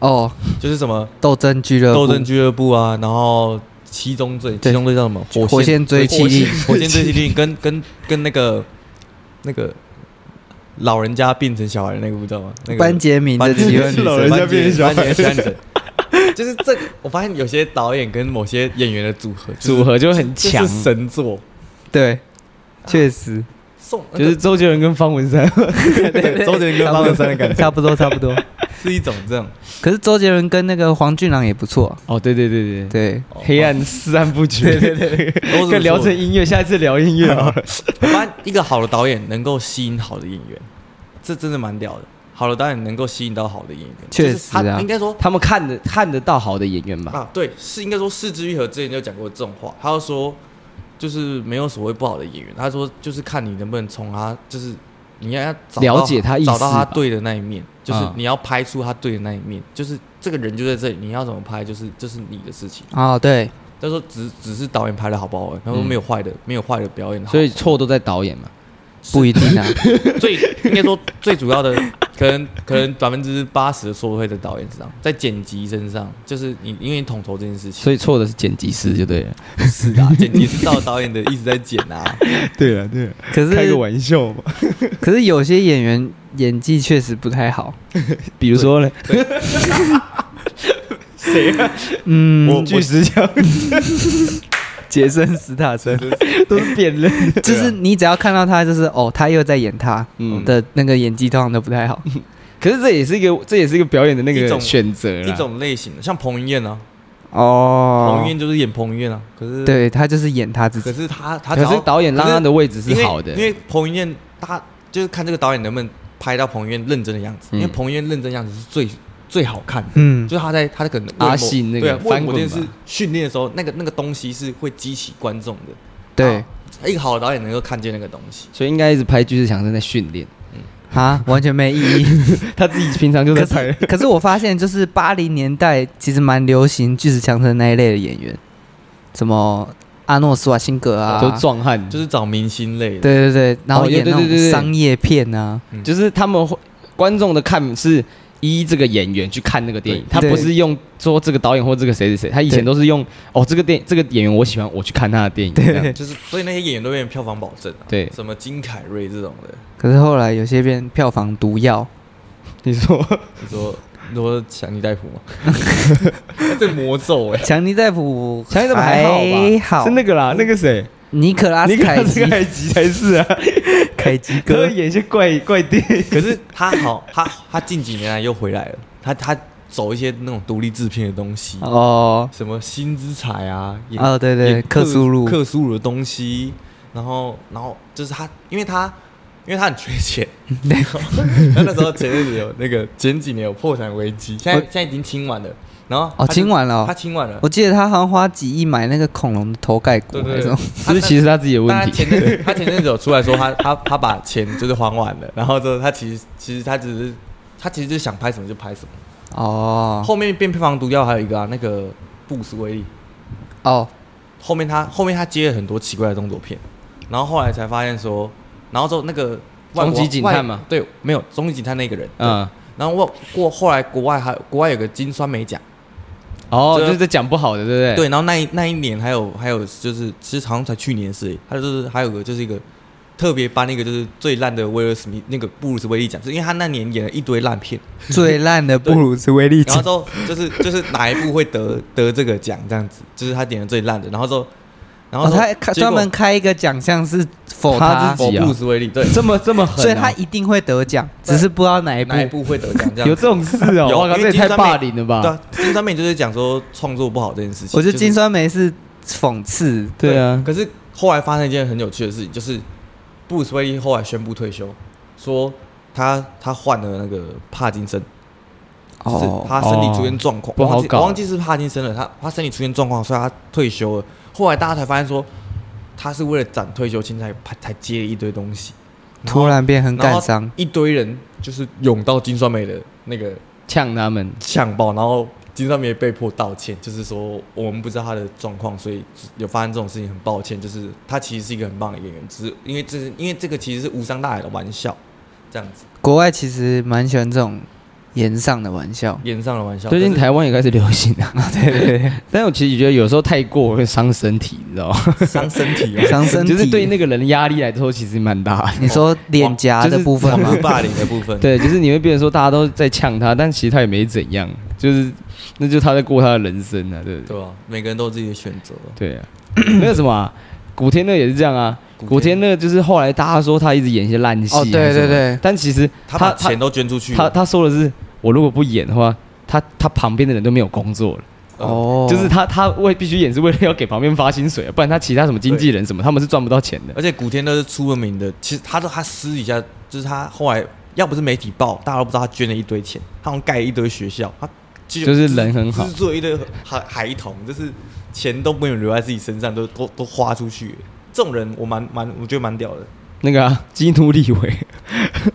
Speaker 2: 哦，
Speaker 1: 就是什么
Speaker 2: 斗争俱乐部，
Speaker 1: 斗争俱乐部啊，然后七宗罪，
Speaker 2: 呃对
Speaker 1: 七宗罪叫什么？火
Speaker 2: 火线追
Speaker 1: 火
Speaker 2: 击令，
Speaker 1: 火箭追击令跟 跟跟那个那个老人家变成小孩的那个，不知道吗？那个
Speaker 2: 班杰明的提问
Speaker 1: 班杰
Speaker 2: 女
Speaker 1: 明
Speaker 3: 老人
Speaker 2: 生，
Speaker 3: 家变成小孩
Speaker 1: 班杰班杰班 杰就是这个，我发现有些导演跟某些演员的组合，就是
Speaker 3: 组合就很强
Speaker 1: 这，是神作。
Speaker 2: 对，确实，
Speaker 1: 送
Speaker 3: 就是周杰伦跟方文山，
Speaker 1: 对周杰伦跟方文山的感觉
Speaker 2: 差不多差不多。
Speaker 1: 是一种这样
Speaker 2: 可是周杰伦跟那个黄俊郎也不错，
Speaker 3: 哦，对对对对，
Speaker 2: 对，
Speaker 3: 黑暗四暗布局，对对对，
Speaker 1: 哦都是
Speaker 3: 跟聊
Speaker 1: 不错
Speaker 3: 成
Speaker 1: 的
Speaker 3: 音乐，下一次聊音乐好了。
Speaker 1: 我发现一个好的导演能够吸引好的演员，这真的蛮屌的。好的导演能够吸引到好的演员，
Speaker 2: 确
Speaker 1: 就是他
Speaker 2: 实啊
Speaker 1: 应该说
Speaker 3: 他们看得看得到好的演员吧？
Speaker 1: 啊，对，是应该说四之愈合之前就讲过这种话，他就说就是没有所谓不好的演员，他说就是看你能不能从他就是你要找到
Speaker 3: 了解他意思
Speaker 1: 找到他
Speaker 3: 吧
Speaker 1: 对的那一面，就是
Speaker 3: 嗯
Speaker 1: 你要拍出他对的那一面，就是这个人就在这里，你要怎么拍就是这、是你的事情。
Speaker 2: 哦对，
Speaker 1: 他说只只是导演拍的好不好而已，他说
Speaker 3: 嗯
Speaker 1: 没有坏的，没有坏的表演好，
Speaker 3: 所以错都在导演嘛。
Speaker 2: 不一定啊，
Speaker 1: 最应该说最主要的，可能可能百分之八十的错会在导演身上，在剪辑身上，就是你因为你统筹这件事情，
Speaker 3: 所以错的是剪辑师就对了。
Speaker 1: 不是的、啊，剪辑是照导演的一直在剪啊，
Speaker 3: 对了对了，
Speaker 2: 可是
Speaker 3: 玩笑嘛。
Speaker 2: 可是有些演员演技确实不太好，
Speaker 3: 比如说呢，啊
Speaker 1: 我
Speaker 2: 嗯，
Speaker 1: 我
Speaker 3: 巨石强
Speaker 2: 杰森·斯坦 森，
Speaker 3: 都是变人。
Speaker 2: 就是
Speaker 3: 啊
Speaker 2: 你只要看到他，就是哦，他又在演他
Speaker 3: 嗯
Speaker 2: 的那个演技，通常都不太好。
Speaker 3: 可是这也是一个，这也是一个表演的那
Speaker 1: 一
Speaker 3: 个
Speaker 1: 种
Speaker 3: 选择啦
Speaker 1: 一种类型的，像彭于晏啊，
Speaker 2: 哦
Speaker 1: 彭于，晏就是演彭于晏啊，可是，
Speaker 2: 对他就是演他自
Speaker 1: 可
Speaker 2: 己，
Speaker 1: 是他他只
Speaker 3: 可
Speaker 1: 要
Speaker 3: 是导演让他的位置
Speaker 1: 因
Speaker 3: 是
Speaker 1: 为
Speaker 3: 好的
Speaker 1: 因，为彭于晏他就是看这个导演能不能拍到彭于晏认真的样子，
Speaker 3: 嗯
Speaker 1: 因为彭于晏认真样子是最最好看的。
Speaker 2: 嗯，
Speaker 1: 就是他在他可能为
Speaker 3: 阿
Speaker 1: 某
Speaker 3: 信那个
Speaker 1: 对啊，为
Speaker 3: 翻
Speaker 1: 某
Speaker 3: 滚
Speaker 1: 件
Speaker 3: 吧
Speaker 1: 事训练的时候，那个那个东西是会激起观众的。
Speaker 2: 对
Speaker 1: 一个好的导演能够看见那个东西，
Speaker 3: 所以应该一直拍巨石强森在训练。
Speaker 2: 啊，完全没意义。
Speaker 3: 他自己平常就在
Speaker 2: 可
Speaker 3: 拍
Speaker 2: 是，可是我发现，就是八零年代其实蛮流行巨石强森那一类的演员，什么阿诺·斯瓦辛格啊，
Speaker 3: 都壮汉，就
Speaker 1: 就是是找明星类的。
Speaker 2: 对对对，然后
Speaker 3: 哦
Speaker 2: 演
Speaker 3: 对
Speaker 2: 那
Speaker 3: 对对
Speaker 2: 种
Speaker 3: 对
Speaker 2: 商业片啊，
Speaker 3: 就是他们会观众的看是依这个演员去看那个电影，
Speaker 1: 对
Speaker 3: 他
Speaker 2: 对
Speaker 3: 不是用说这个导演或这个谁谁谁，他以前
Speaker 2: 对
Speaker 3: 都是用哦这个电这个演员我喜欢，我去看他的电影。这样
Speaker 1: 就是所以那些演员都变成票房保证啊，
Speaker 3: 对，
Speaker 1: 什么金凯瑞这种的，
Speaker 2: 可是后来有些变票房毒药，
Speaker 3: 你说
Speaker 1: 你说你说强尼戴普吗？ 这魔咒哎、
Speaker 2: 强尼戴普，
Speaker 3: 强尼戴普还好吧
Speaker 2: 还好
Speaker 3: 哎是那个啦，那个谁，
Speaker 2: 尼可拉斯
Speaker 3: 尼克
Speaker 2: 凯
Speaker 3: 拉斯
Speaker 2: 奇，
Speaker 3: 凯奇才是啊，
Speaker 2: 凯奇
Speaker 3: 可
Speaker 2: 哥
Speaker 3: 以，演一些怪怪电影。
Speaker 1: 可是他好，他他近几年来又回来了，他他走一些那种独立制片的东西，
Speaker 2: 哦
Speaker 1: 什么新之彩啊，演
Speaker 2: 哦，对对，
Speaker 1: 演
Speaker 2: 克苏鲁，
Speaker 1: 克苏鲁的东西，然后然后就是他，因为他因为他很缺 钱，然后他那时候前阵子有那个前几年有破产危机，现在
Speaker 2: 我
Speaker 1: 现在已经清完了，然后
Speaker 2: 哦，
Speaker 1: 他就
Speaker 2: 今晚了
Speaker 1: 他
Speaker 2: 哦，
Speaker 1: 清完了，
Speaker 2: 我记得他好像花几亿买那个恐龙的头盖骨
Speaker 1: 对
Speaker 2: 那
Speaker 1: 对
Speaker 2: 种
Speaker 1: 对，，
Speaker 3: 是不是其实他自己的
Speaker 1: 但
Speaker 3: 问
Speaker 1: 他
Speaker 3: 题？
Speaker 1: 前阵子他前阵子有出来说他他他把钱就是还完了，然后之后他其实其实他只是他其实就是想拍什么就拍什么，
Speaker 3: 啊
Speaker 2: 哦
Speaker 1: 后面变票房毒药还有一个啊那个布鲁斯威利，
Speaker 2: 哦，
Speaker 1: 后面他后面他接了很多奇怪的动作片，然后后来才发现说，然后之后那个外国
Speaker 3: 终极警探嘛
Speaker 1: 外对，没有终极警探那个人，嗯，
Speaker 3: 嗯，
Speaker 1: 然后我过后来国外还国外有个金酸梅奖，
Speaker 3: 哦，
Speaker 1: 这
Speaker 3: 就是在讲不好的，对不对？
Speaker 1: 对，然后那一那一年还有还有就是其实好像才去年的事，他就是还有个就是一个特别颁一个就是最烂的威尔史密那个布鲁斯威利奖，是因为他那年演了一堆烂片，
Speaker 2: 最烂的布鲁斯威利
Speaker 1: 然后
Speaker 2: 奖
Speaker 1: 之，后就是就是哪一部会得得这个奖这样子，就是他点的最烂的，然后之后然后
Speaker 2: 哦，
Speaker 1: 之后
Speaker 2: 他开
Speaker 1: 结果
Speaker 2: 专门开一个奖项是否
Speaker 3: 他
Speaker 2: 他
Speaker 3: 自，
Speaker 1: 否
Speaker 3: 己啊
Speaker 1: 布鲁斯威利对。
Speaker 3: 这么这么狠啊，
Speaker 2: 所以他一定会得奖，只是不知道哪一部
Speaker 1: 哪。一部会得奖？这样
Speaker 3: 有这种事哦，
Speaker 1: 有
Speaker 3: 哇
Speaker 1: 因
Speaker 3: 靠，这
Speaker 1: 为
Speaker 3: 也
Speaker 1: 金
Speaker 3: 太
Speaker 1: 三妹
Speaker 3: 霸凌了
Speaker 1: 对
Speaker 3: 吧？
Speaker 1: 啊，金酸妹就是讲说创作不好这件事情。
Speaker 2: 我觉
Speaker 1: 就
Speaker 2: 得金酸梅是讽刺，
Speaker 3: 对啊，
Speaker 1: 可是后来发生一件很有趣的事情，就是布鲁斯威利后来宣布退休，说他他患了那个帕金森，就是他身体出现状况，
Speaker 3: 哦
Speaker 1: 我忘记
Speaker 3: 不好搞
Speaker 1: 我忘记是帕金森了，他他身体出现状况，所以他退休了。后来大家才发现说，他是为了攒退休金才才接了一堆东西，
Speaker 2: 突然变很
Speaker 1: 然后
Speaker 2: 感伤，
Speaker 1: 一堆人就是涌到金酸梅的那个
Speaker 3: 呛他们，
Speaker 1: 呛爆，然后金尚也被迫道歉，就是说我们不知道他的状况，所以有发生这种事情，很抱歉。就是他其实是一个很棒的演员，只是因为这是因为这个其实是无伤大雅的玩笑，这样子。
Speaker 2: 国外其实蛮喜欢这种言上的 玩笑。
Speaker 1: 演上了玩笑。
Speaker 3: 最近
Speaker 1: 但
Speaker 3: 台湾也开始流行啊，
Speaker 2: 对对
Speaker 3: 但我其实觉得有时候太过会伤身体，你知道吗？
Speaker 1: 是伤身体
Speaker 2: 对，
Speaker 1: 啊，
Speaker 2: 伤身体。
Speaker 3: 就是对那个人的压力来说，其实蛮大的。
Speaker 2: 你说脸颊的部分
Speaker 1: 网
Speaker 2: 吗
Speaker 1: 络？霸凌的部分。
Speaker 3: 对，就是你会变成说大家都在呛他，但其实他也没怎样，就是那就他在过他的人生啊，对不对？
Speaker 1: 对吧？每个人都有自己的选择。
Speaker 3: 对 啊，那个什么啊、古天乐也是这样啊。古
Speaker 1: 古
Speaker 3: 天
Speaker 1: 天
Speaker 3: 乐就是后来大家说他一直演一些烂戏，啊
Speaker 2: 哦对对对，
Speaker 3: 但其实
Speaker 1: 他
Speaker 3: 他
Speaker 1: 把钱都捐出去了，
Speaker 3: 他他说的是，我如果不演的话，他他旁边的人都没有工作了，
Speaker 2: 哦，
Speaker 3: 就是他他为必须演是为了要给旁边发薪水啊，不然他其他什么经纪人什么，他们是赚不到钱的。
Speaker 1: 而且古天乐是出了名的，其实他都他私底下就是他后来要不是媒体报，大家都不知道他捐了一堆钱，他好像盖了一堆学校，他就
Speaker 3: 就是人很好
Speaker 1: 资助了一堆孩孩童，就是钱都没有留在自己身上，都都都花出去。这种人我蛮蛮，我觉得蛮屌的。
Speaker 3: 那个啊，基努里维，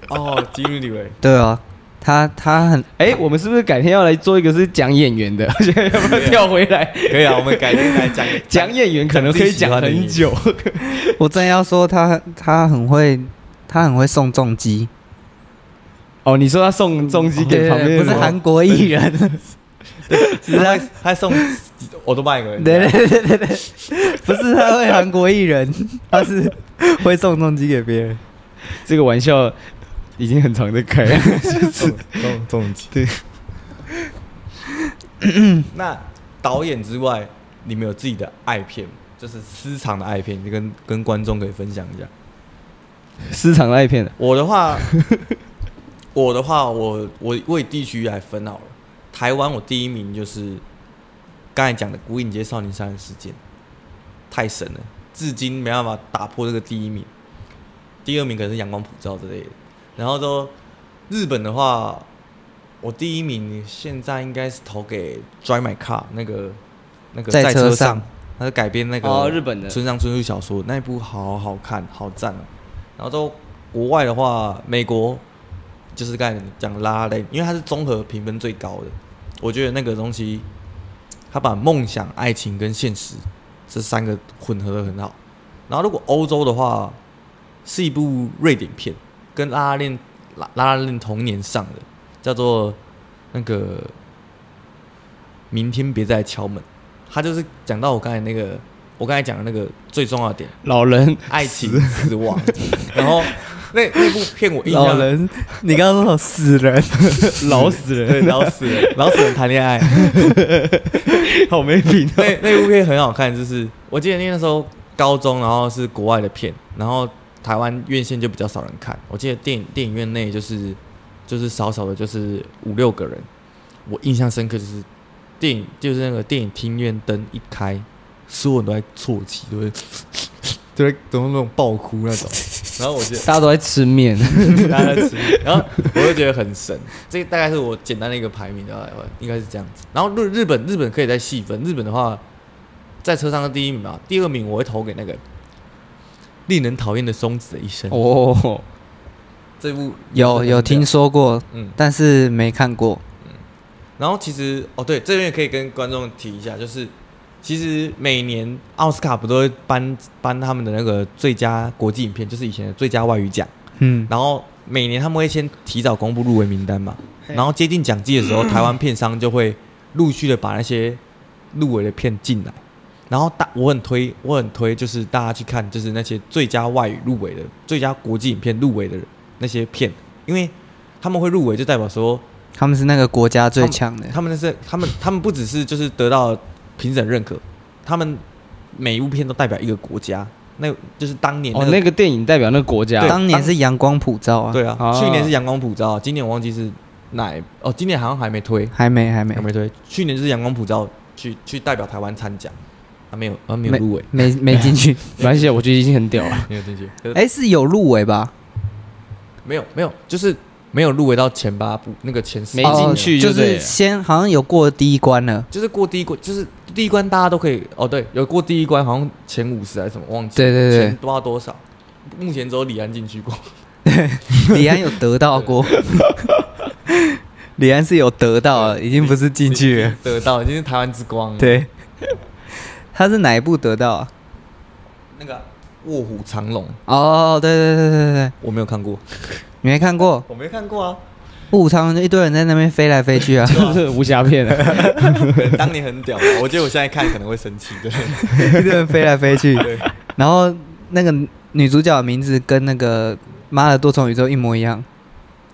Speaker 1: 哦，金玉李维，
Speaker 2: 对啊，他他很
Speaker 3: 哎、我们是不是改天要来做一个是讲演员的？ 现在要不要跳回来？
Speaker 1: 可以啊，我们改天来讲
Speaker 3: 讲演员可能可以讲很久。
Speaker 2: 我真要说他他很会，他很会送重击，
Speaker 3: 哦，你说他送重击给
Speaker 2: 对
Speaker 3: 旁
Speaker 2: 对
Speaker 3: 边
Speaker 2: 哦对不
Speaker 3: 的
Speaker 2: 是
Speaker 3: 人
Speaker 2: 韩国艺人，
Speaker 1: 他还他还送我都卖给啊人家，
Speaker 2: 对对对对对， 不是他会韩国艺人，他是会送重击给别人。
Speaker 3: 这个玩笑已经很常在开了，
Speaker 1: 这种这种对。 那导演之外，你们有自己的爱片，就是私藏的爱片，你跟跟观众可以分享一下。
Speaker 3: 市场爱片的
Speaker 1: 我的话， 我的话，我我为地区来分好了。台湾我第一名就是刚才讲的古影街少年杀人事件，太神了，至今没办法打破这个第一名。第二名可能是阳光普照之类的。然后都日本的话，我第一名现在应该是投给《Drive My Car》那个那个
Speaker 2: 在
Speaker 1: 在
Speaker 2: 车
Speaker 1: 车
Speaker 2: 上
Speaker 1: 上，它是改编那个
Speaker 3: 哦日本的
Speaker 1: 村上春树小说那一部，好好看，好赞哦、然后都国外的话，美国就是刚才讲拉嘞，因为它是综合评分最高的，我觉得那个东西，它把梦想、爱情跟现实这三个混合的很好。然后如果欧洲的话，是一部瑞典片，跟拉拉链拉拉拉链同年上的，叫做那个明天别再来敲门。他就是讲到我刚才那个，我刚才讲的那个最重要的点，
Speaker 3: 老人
Speaker 1: 爱情死亡。 然后那那部片我印
Speaker 2: 老
Speaker 1: 象
Speaker 2: 人，你刚刚说死人，
Speaker 3: 老死
Speaker 1: 对
Speaker 3: 人，
Speaker 1: 老死 人，老死人谈恋爱。
Speaker 3: 好没品啊。
Speaker 1: 那那部片很好看，就是我记得那时候高中，然后是国外的片，然后台湾院线就比较少人看。我记得电影电影院内就是就是少少的，就是五六个人。我印象深刻就是电影就是那个电影厅院灯一开，所有人都在啜泣，都会 都会都会那种爆哭那种。然后我觉得
Speaker 3: 大家都在吃面，
Speaker 1: 大家在吃，然后我就觉得很神。 这大概是我简单的一个排名的，应该是这样子。然后日日本日本可以再细分，日本的话，在车上的第一名嘛，第二名我会投给那个令人讨厌的松子的一生。哦，
Speaker 3: 哦，
Speaker 1: 这部
Speaker 2: 有有听，说过，
Speaker 1: 嗯。
Speaker 2: 但是没看过。
Speaker 1: 然后其实哦，对，这边也可以跟观众提一下，就是其实每年奥斯卡不都会颁颁他们的那个最佳国际影片，就是以前的最佳外语奖。
Speaker 2: 嗯，
Speaker 1: 然后每年他们会先提早公布入围名单嘛，
Speaker 3: 嘿
Speaker 1: 然后接近奖季的时候，台湾片商就会陆续的把那些入围的片进来。然后大我很推，我很推，就是大家去看，就是那些最佳外语入围的、最佳国际影片入围的那些片，因为他们会入围，就代表说
Speaker 2: 他们是那个国家最强的。
Speaker 1: 他们是他们他们不只是就是得到评审认可，他们每一部片都代表一个国家，那就是当年那
Speaker 3: 哦，
Speaker 1: 个
Speaker 3: 那个电影代表那个国家，
Speaker 2: 当年是阳光普照啊，
Speaker 1: 对啊，
Speaker 3: 啊
Speaker 1: 去年是阳光普照，今年我忘记是哪一哦，今年好像还没推，
Speaker 2: 还没还没
Speaker 1: 还没推。去年就是阳光普照去去代表台湾参奖，啊没有啊没有入围，
Speaker 2: 没没进去。
Speaker 3: 没关系啊，我觉得已经很 屌了。
Speaker 1: 没有进去，哎
Speaker 2: 哎，是有入围吧？
Speaker 1: 没有没有，就是没有入围到前八部那个前十
Speaker 3: 没
Speaker 1: 名，
Speaker 3: 进去
Speaker 2: 哦
Speaker 3: 就
Speaker 2: 就
Speaker 3: 对了，
Speaker 2: 是先好像有过第一关了。
Speaker 1: 哦就是过第一关，就是第一关大家都可以哦，对，有过第一关，好像前五十还是什么忘记，
Speaker 2: 对对对
Speaker 1: 前不知道多少，目前只有李安进去过，
Speaker 2: 李安有得到过，李安是有得到了，已经不是进去了。
Speaker 1: 得到已经是台湾之光了，
Speaker 2: 对，他是哪一部得到啊？
Speaker 1: 那个卧虎藏龙
Speaker 2: 哦，对对对对对，
Speaker 1: 我没有看过，
Speaker 2: 你没看过？
Speaker 1: 我没看过啊，
Speaker 2: 不武常就一堆人在那边飞来飞去啊
Speaker 3: 就是武侠片啊，
Speaker 4: 当年很屌吧，我觉得我现在看可能会生气， 对，
Speaker 2: 一堆人飞来飞去
Speaker 4: 对，
Speaker 2: 然后那个女主角的名字跟那个妈的多重宇宙一模一样，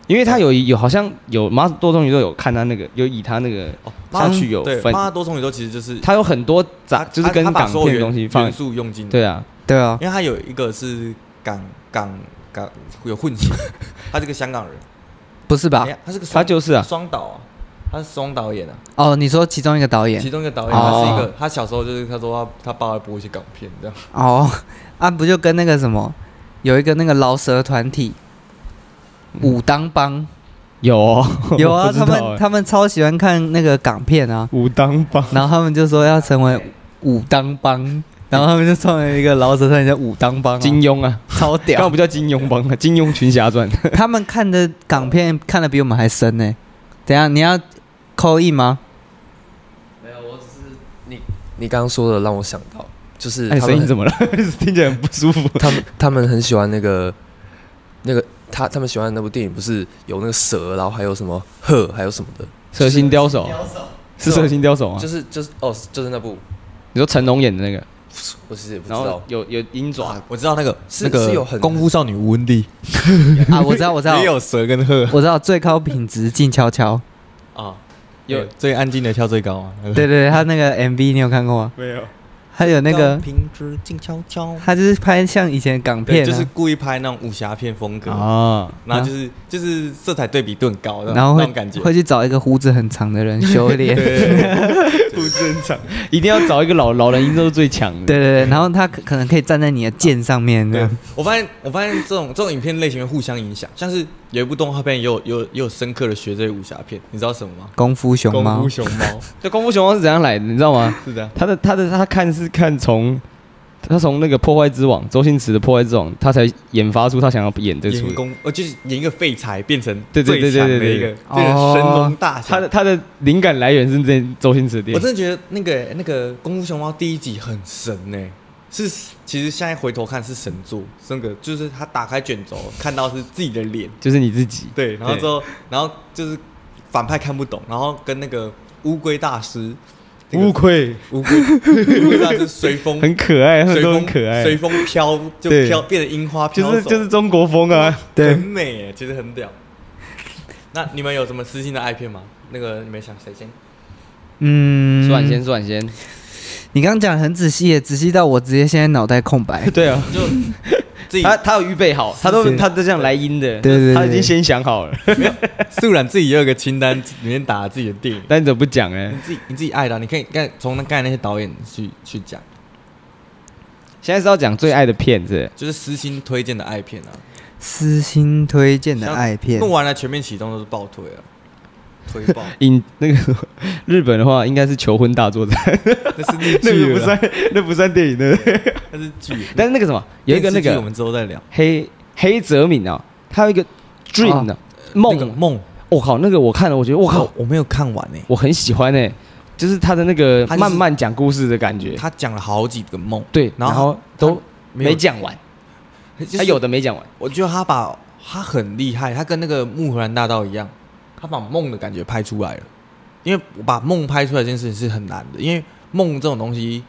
Speaker 3: 因为他有有好像有马多重宇宙有看他那个有以他那个
Speaker 4: 哦
Speaker 3: 上去有
Speaker 1: 对
Speaker 3: 分，
Speaker 1: 妈多重宇宙其实就是
Speaker 3: 他有很多杂
Speaker 1: 他
Speaker 3: 就是
Speaker 1: 他
Speaker 3: 跟
Speaker 1: 他把
Speaker 3: 港
Speaker 1: 所有
Speaker 3: 片的
Speaker 1: 元
Speaker 3: 东西放
Speaker 1: 元，素用尽，
Speaker 3: 对啊，
Speaker 2: 对啊，
Speaker 1: 因为他有一个是港港港有混 血，他是个香港人，
Speaker 2: 不是吧
Speaker 1: 哎？呀他是个双
Speaker 3: 他就是啊，
Speaker 1: 双导啊，他是双导演啊，
Speaker 2: 哦，你说其中一个导演
Speaker 1: 其中一个导演他
Speaker 2: 哦
Speaker 1: 是一个，他小时候就是他说他他爸会播一些港片这样，
Speaker 2: 哦， 啊，不就跟那个什么有一个那个饶舌团体武当帮
Speaker 3: 有哦
Speaker 2: 有啊，
Speaker 3: 嗯
Speaker 2: 他
Speaker 3: 我不知道
Speaker 2: 们
Speaker 3: 哎
Speaker 2: 他们超喜欢看那个港片啊，
Speaker 3: 武当帮
Speaker 2: 然后他们就说要成为武当帮，然后他们就创了一个饶舌团体叫武当帮、
Speaker 3: 金庸啊，
Speaker 2: 超
Speaker 3: 刚
Speaker 2: 屌
Speaker 3: 刚。不叫金庸帮啊，金庸群侠传，
Speaker 2: 他们看的港片看的比我们还深呢、等一下你要扣一 吗？
Speaker 5: 没有，我只是你你刚刚说的让我想到，就是
Speaker 3: 哎，
Speaker 5: 他
Speaker 3: 声音
Speaker 5: 们
Speaker 3: 怎么了？ 听起来很不舒服。
Speaker 5: 他们他们很喜欢那个那个他他们喜欢的那部电影，不是有那个蛇，然后还有什么鹤，还有什么的，
Speaker 3: 蛇形刁手是蛇形刁手啊
Speaker 5: 就，是就是哦，就是那部，
Speaker 3: 你说成龙演的那个，
Speaker 5: 我其实也不知
Speaker 3: 然后
Speaker 5: 道。
Speaker 3: 有有鹰爪，
Speaker 1: 我知道那个
Speaker 5: 是
Speaker 1: 那个
Speaker 5: 是有很
Speaker 1: 功夫少女吴文丽
Speaker 2: 啊，我知道，我知道
Speaker 4: 也，有蛇跟鹤
Speaker 2: 我知道，最高品质静悄悄。
Speaker 1: 啊，
Speaker 3: 有
Speaker 1: 对最安静的跳最高啊，那个
Speaker 2: 对对对，他那个 MV 你有看过吗？
Speaker 3: 没有，
Speaker 2: 他有那个，
Speaker 1: 平之静悄悄，
Speaker 2: 他就是拍像以前港
Speaker 1: 对，
Speaker 2: 片、啊，
Speaker 1: 就是故意拍那种武侠片风格，
Speaker 3: 啊，
Speaker 1: 然后就是就是色彩对比度很高，
Speaker 2: 然后
Speaker 1: 那
Speaker 2: 会
Speaker 1: 种感觉，
Speaker 2: 会去找一个胡子很长的人修炼。对
Speaker 3: 不正常，一定要找一个老老人，一定都是最强 的。
Speaker 2: 对对，然后他可可能可以站在你的剑上面这
Speaker 1: 对
Speaker 2: 样。，
Speaker 1: 我发现我发现这种这种影片类型会互相影响，像是有一部动画片也有也有也有深刻的学这些武侠片，你知道什么吗？
Speaker 2: 功夫熊
Speaker 1: 功
Speaker 2: 猫
Speaker 1: 夫，熊猫
Speaker 3: 这功夫熊猫是怎样来的，你知道吗？
Speaker 1: 是的，
Speaker 3: 他的他的他看是看从他从那个破坏之王周星驰的破坏之王，他才研发出他想要演这出
Speaker 1: 演。功呃就是演一个废柴变成
Speaker 3: 对对对
Speaker 1: 最强
Speaker 3: 对对
Speaker 1: 的一
Speaker 3: 对
Speaker 1: 个
Speaker 3: 哦
Speaker 1: 变成神龙大侠
Speaker 3: 他的。他的灵感来源是这周星驰的电
Speaker 1: 我
Speaker 3: 影，
Speaker 1: 真的觉得那个那个功夫熊猫第一集很神呢、是其实现在回头看是神作，真的就是他打开卷轴看到是自己的脸，
Speaker 3: 就是你自己。
Speaker 1: 对，然后之后，然后就是反派看不懂，然后跟那个乌龟大师，这个
Speaker 3: 乌龟
Speaker 1: 乌龟乌龟大师随风，
Speaker 3: 很可爱，他们
Speaker 1: 随
Speaker 3: 都
Speaker 1: 风
Speaker 3: 很可爱，
Speaker 1: 随风飘就
Speaker 3: 对
Speaker 1: 飘变成樱花飘
Speaker 3: 就
Speaker 1: 走，
Speaker 3: 是就是中国风啊。
Speaker 1: 很美耶，其实很屌。那你们有什么私心的爱片吗？那个你们想谁先？
Speaker 2: 嗯，
Speaker 3: 舒婉先，舒婉先，。
Speaker 2: 你刚刚讲得很仔细耶，仔细到我直接现在脑袋空白
Speaker 3: 对啊，
Speaker 1: 就自己
Speaker 3: 他他有预备好，他都
Speaker 2: 是
Speaker 3: 他都这样来音的，
Speaker 2: 对对对
Speaker 3: 他已经先想好了，
Speaker 1: 素然自己也有个清单，里面打自己的电影。
Speaker 3: 但你怎么不讲呢
Speaker 1: 你？自己你自己爱的啊，你可以刚才从那刚才那些导演去去讲，
Speaker 3: 现在是要讲最爱的片子，是
Speaker 1: 就是私心推荐的爱片啊。
Speaker 2: 私心推荐的爱片
Speaker 1: 弄，完了全面启动都是爆推啊，推爆。
Speaker 3: 不是影那个 日本的话，应该是《求婚大作战》，
Speaker 1: 那是日
Speaker 3: 那
Speaker 1: 剧
Speaker 3: 个不
Speaker 1: 了啦，
Speaker 3: 算，那不算电影的。
Speaker 1: 那是剧。
Speaker 3: 但是那个什么，有一个那
Speaker 1: 电视剧我
Speaker 3: 个
Speaker 1: 们之后再聊。
Speaker 3: 黑黑泽敏啊，他有一个 Dream 啊梦
Speaker 1: 那个
Speaker 3: 啊，
Speaker 1: 梦，
Speaker 3: 我靠，那个我看了，我觉得我靠
Speaker 1: 靠，，我没有看完呢。
Speaker 3: 我很喜欢哎，就是他的那个
Speaker 1: 他就是
Speaker 3: 慢慢讲故事的感觉，
Speaker 1: 他讲了好几个梦，
Speaker 3: 对，
Speaker 1: 然
Speaker 3: 然
Speaker 1: 后
Speaker 3: 后都
Speaker 1: 有
Speaker 3: 没讲完，
Speaker 1: 就是
Speaker 3: 他有的没讲完，
Speaker 1: 我觉得他把他很厉害，他跟那个《木荷兰大道》一样，他把梦的感觉拍出来了。因为我把梦拍出来这件事情是很难的，因为梦这种东西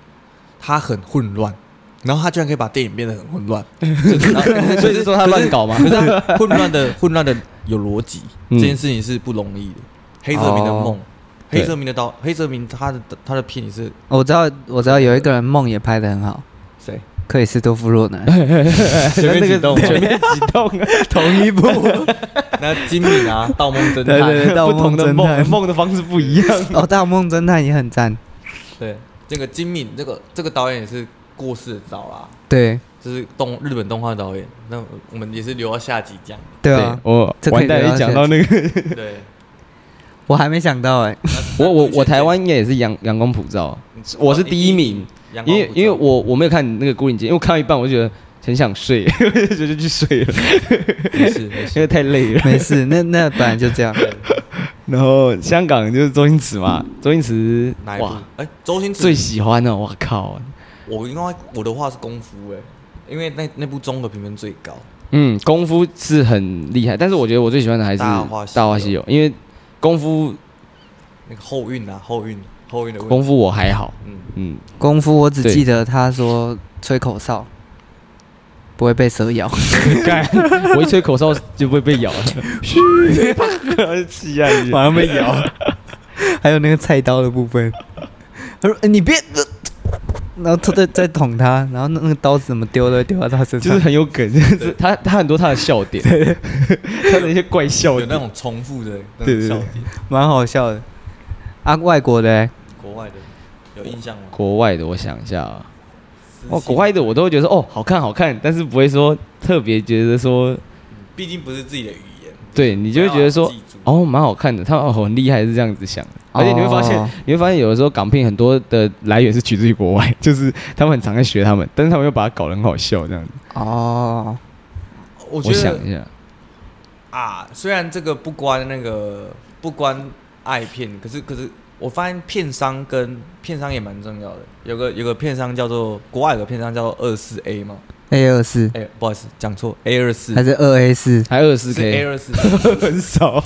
Speaker 1: 它很混乱，然后他居然可以把电影变得很 混乱，就是然 后
Speaker 3: 所以是说他乱搞嘛
Speaker 1: 可 是他混乱的混乱的有逻辑，
Speaker 3: 嗯
Speaker 1: 这件事情是不容易的。黑泽明的
Speaker 2: 哦
Speaker 1: 梦，
Speaker 3: 对
Speaker 1: 黑泽明的导，黑泽明他的他的片也 是
Speaker 2: 哦我知道，我知道有一个人梦也拍的很好，
Speaker 1: 谁？
Speaker 2: 克里斯多夫 洛南，
Speaker 1: 全面启动，
Speaker 3: 全面激动啊，同 一部，
Speaker 1: 那金敏 啊，《盗梦侦探》
Speaker 2: 对对对盗
Speaker 3: 不
Speaker 2: 梦
Speaker 3: 同的
Speaker 2: 侦探
Speaker 3: 梦，梦的方式不一样。
Speaker 2: 哦，大梦侦探也很赞，
Speaker 1: 对，这个金敏这个这个导演也是过世的早啦，
Speaker 2: 对
Speaker 1: 就是动日本动画导演。那我们也是留到下集 讲。
Speaker 2: 对啊，
Speaker 3: 我
Speaker 2: 这可以
Speaker 3: 完蛋，
Speaker 2: 聊
Speaker 3: 一
Speaker 2: 到
Speaker 3: 讲
Speaker 2: 现
Speaker 3: 到那个，
Speaker 1: 对，
Speaker 2: 我还没想到哎，
Speaker 3: 我我我台湾应该也是阳阳光普照，啊我是第一名，
Speaker 1: 阳
Speaker 3: 因
Speaker 1: 光普
Speaker 3: 为
Speaker 1: 照，
Speaker 3: 因为我我没有看那个《孤岭街》，因为我看到一半我就觉得很想睡， 我就就去睡了，
Speaker 1: 没事 没
Speaker 3: 因
Speaker 1: 事，
Speaker 3: 为太累了。
Speaker 2: 没事，那那本来就这样，
Speaker 3: 然后香港就是周星驰嘛，周星驰
Speaker 1: 哪一部
Speaker 3: 哇？
Speaker 1: 哎，周星
Speaker 3: 最
Speaker 1: 驰，
Speaker 3: 喜欢的，我靠！
Speaker 1: 我应该我的话是功夫哎，因为那那部综合评分最高，
Speaker 3: 嗯，功夫是很厉害，但是我觉得我最喜欢的还是
Speaker 1: 大话西游
Speaker 3: 大话西游》，因为功夫
Speaker 1: 那个后运啊，后运，后运的问
Speaker 3: 功
Speaker 1: 题。
Speaker 3: 夫我还好，
Speaker 1: 嗯，
Speaker 3: 嗯，
Speaker 2: 功夫我只
Speaker 3: 对
Speaker 2: 记得他说吹口哨不会被蛇咬，
Speaker 3: 干，我一吹口哨就不会被咬了，嘘，啪，气
Speaker 1: 啊
Speaker 3: 下去，
Speaker 2: 马上被咬。 还有那个菜刀的部分，他说：“哎、你别。呃”然后他在在捅他，然后那那个刀子怎么丢都会丢到他身上，
Speaker 3: 就是很有梗，就是他他很多他的笑点， 他的一些怪笑
Speaker 1: 有那
Speaker 3: 点，
Speaker 1: 种重复的那种
Speaker 3: 对对对
Speaker 1: 笑点。
Speaker 2: 蛮好笑的。啊，外国的、欸，
Speaker 1: 国外的有印象吗？
Speaker 3: 国外的我想一下啊，哦，国外的我都会觉得说哦好看好看，但是不会说特别觉得说，
Speaker 1: 毕竟不是自己的语言，
Speaker 3: 对你就会觉得说
Speaker 1: 你要记住，
Speaker 3: 哦蛮好看的，他们哦很厉害是这样子想的，而且你会发现、
Speaker 2: 哦
Speaker 3: 你会发现有的时候港片很多的来源是取自于国外， 就是他们很常在学他们，但是他们又把它搞得很好笑这样子，
Speaker 2: 哦，
Speaker 1: 我
Speaker 3: 我
Speaker 1: 觉
Speaker 3: 想
Speaker 1: 得
Speaker 3: 一下，
Speaker 1: 啊，虽然这个不关那个不关爱片，可是可是我发现片商跟片商也蛮重要的。有个有个片商叫做国外有个片商叫做二四 A 嘛，
Speaker 2: A 二四
Speaker 1: 哎、不好意思讲错，A 二四
Speaker 2: 还是二 A 四？
Speaker 3: 还二四
Speaker 1: 是 A
Speaker 3: K
Speaker 1: 二四
Speaker 3: 很少，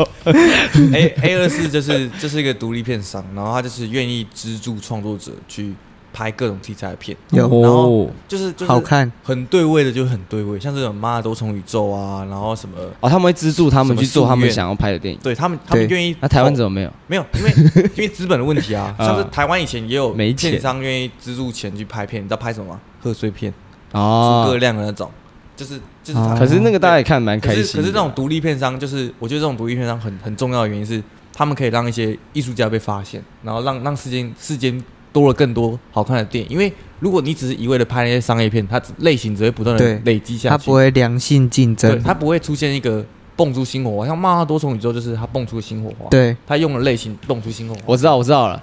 Speaker 1: A A 二四就是就是一个独立片商，然后他就是愿意资助创作者去拍各种题材的片，
Speaker 2: 有
Speaker 3: 哦
Speaker 1: 然后就是就是
Speaker 2: 好看
Speaker 1: 很对位的，就是很对位，像这种《妈的多重宇宙》啊，然后什么，
Speaker 3: 哦，他们会资助他们
Speaker 1: 什么
Speaker 3: 去做他
Speaker 1: 夙
Speaker 3: 们
Speaker 1: 愿
Speaker 3: 想要拍的电影。
Speaker 1: 对他们他们
Speaker 2: 对
Speaker 1: 愿意投。
Speaker 3: 那、台湾怎么没有？
Speaker 1: 没有？因为因为资本的问题啊，
Speaker 3: 啊
Speaker 1: 像是台湾以前也有
Speaker 3: 没钱
Speaker 1: 片商愿意资助钱去拍片，你知道拍什么吗？贺岁片，诸葛
Speaker 3: 哦，
Speaker 1: 亮的那种，就是就是
Speaker 2: 哦
Speaker 1: 他。
Speaker 3: 啊可是那个大家也看得蛮
Speaker 1: 可
Speaker 3: 开
Speaker 1: 是
Speaker 3: 心
Speaker 1: 可是
Speaker 3: 的
Speaker 1: 那种独立片商，就是我觉得这种独立片商很很重要的原因是，他们可以让一些艺术家被发现，然后让让世间世间多了更多好看的电影。因为如果你只是一味的拍那些商业片，它只类型只会不断
Speaker 2: 对
Speaker 1: 的累积下去，
Speaker 2: 它不会良性竞
Speaker 1: 对
Speaker 2: 争，
Speaker 1: 它不会出现一个蹦出新火花。像《漫画多重宇宙》就是它蹦出了新火花，，
Speaker 2: 对，
Speaker 1: 它用了类型蹦出新火花。
Speaker 3: 我知道，我知道了。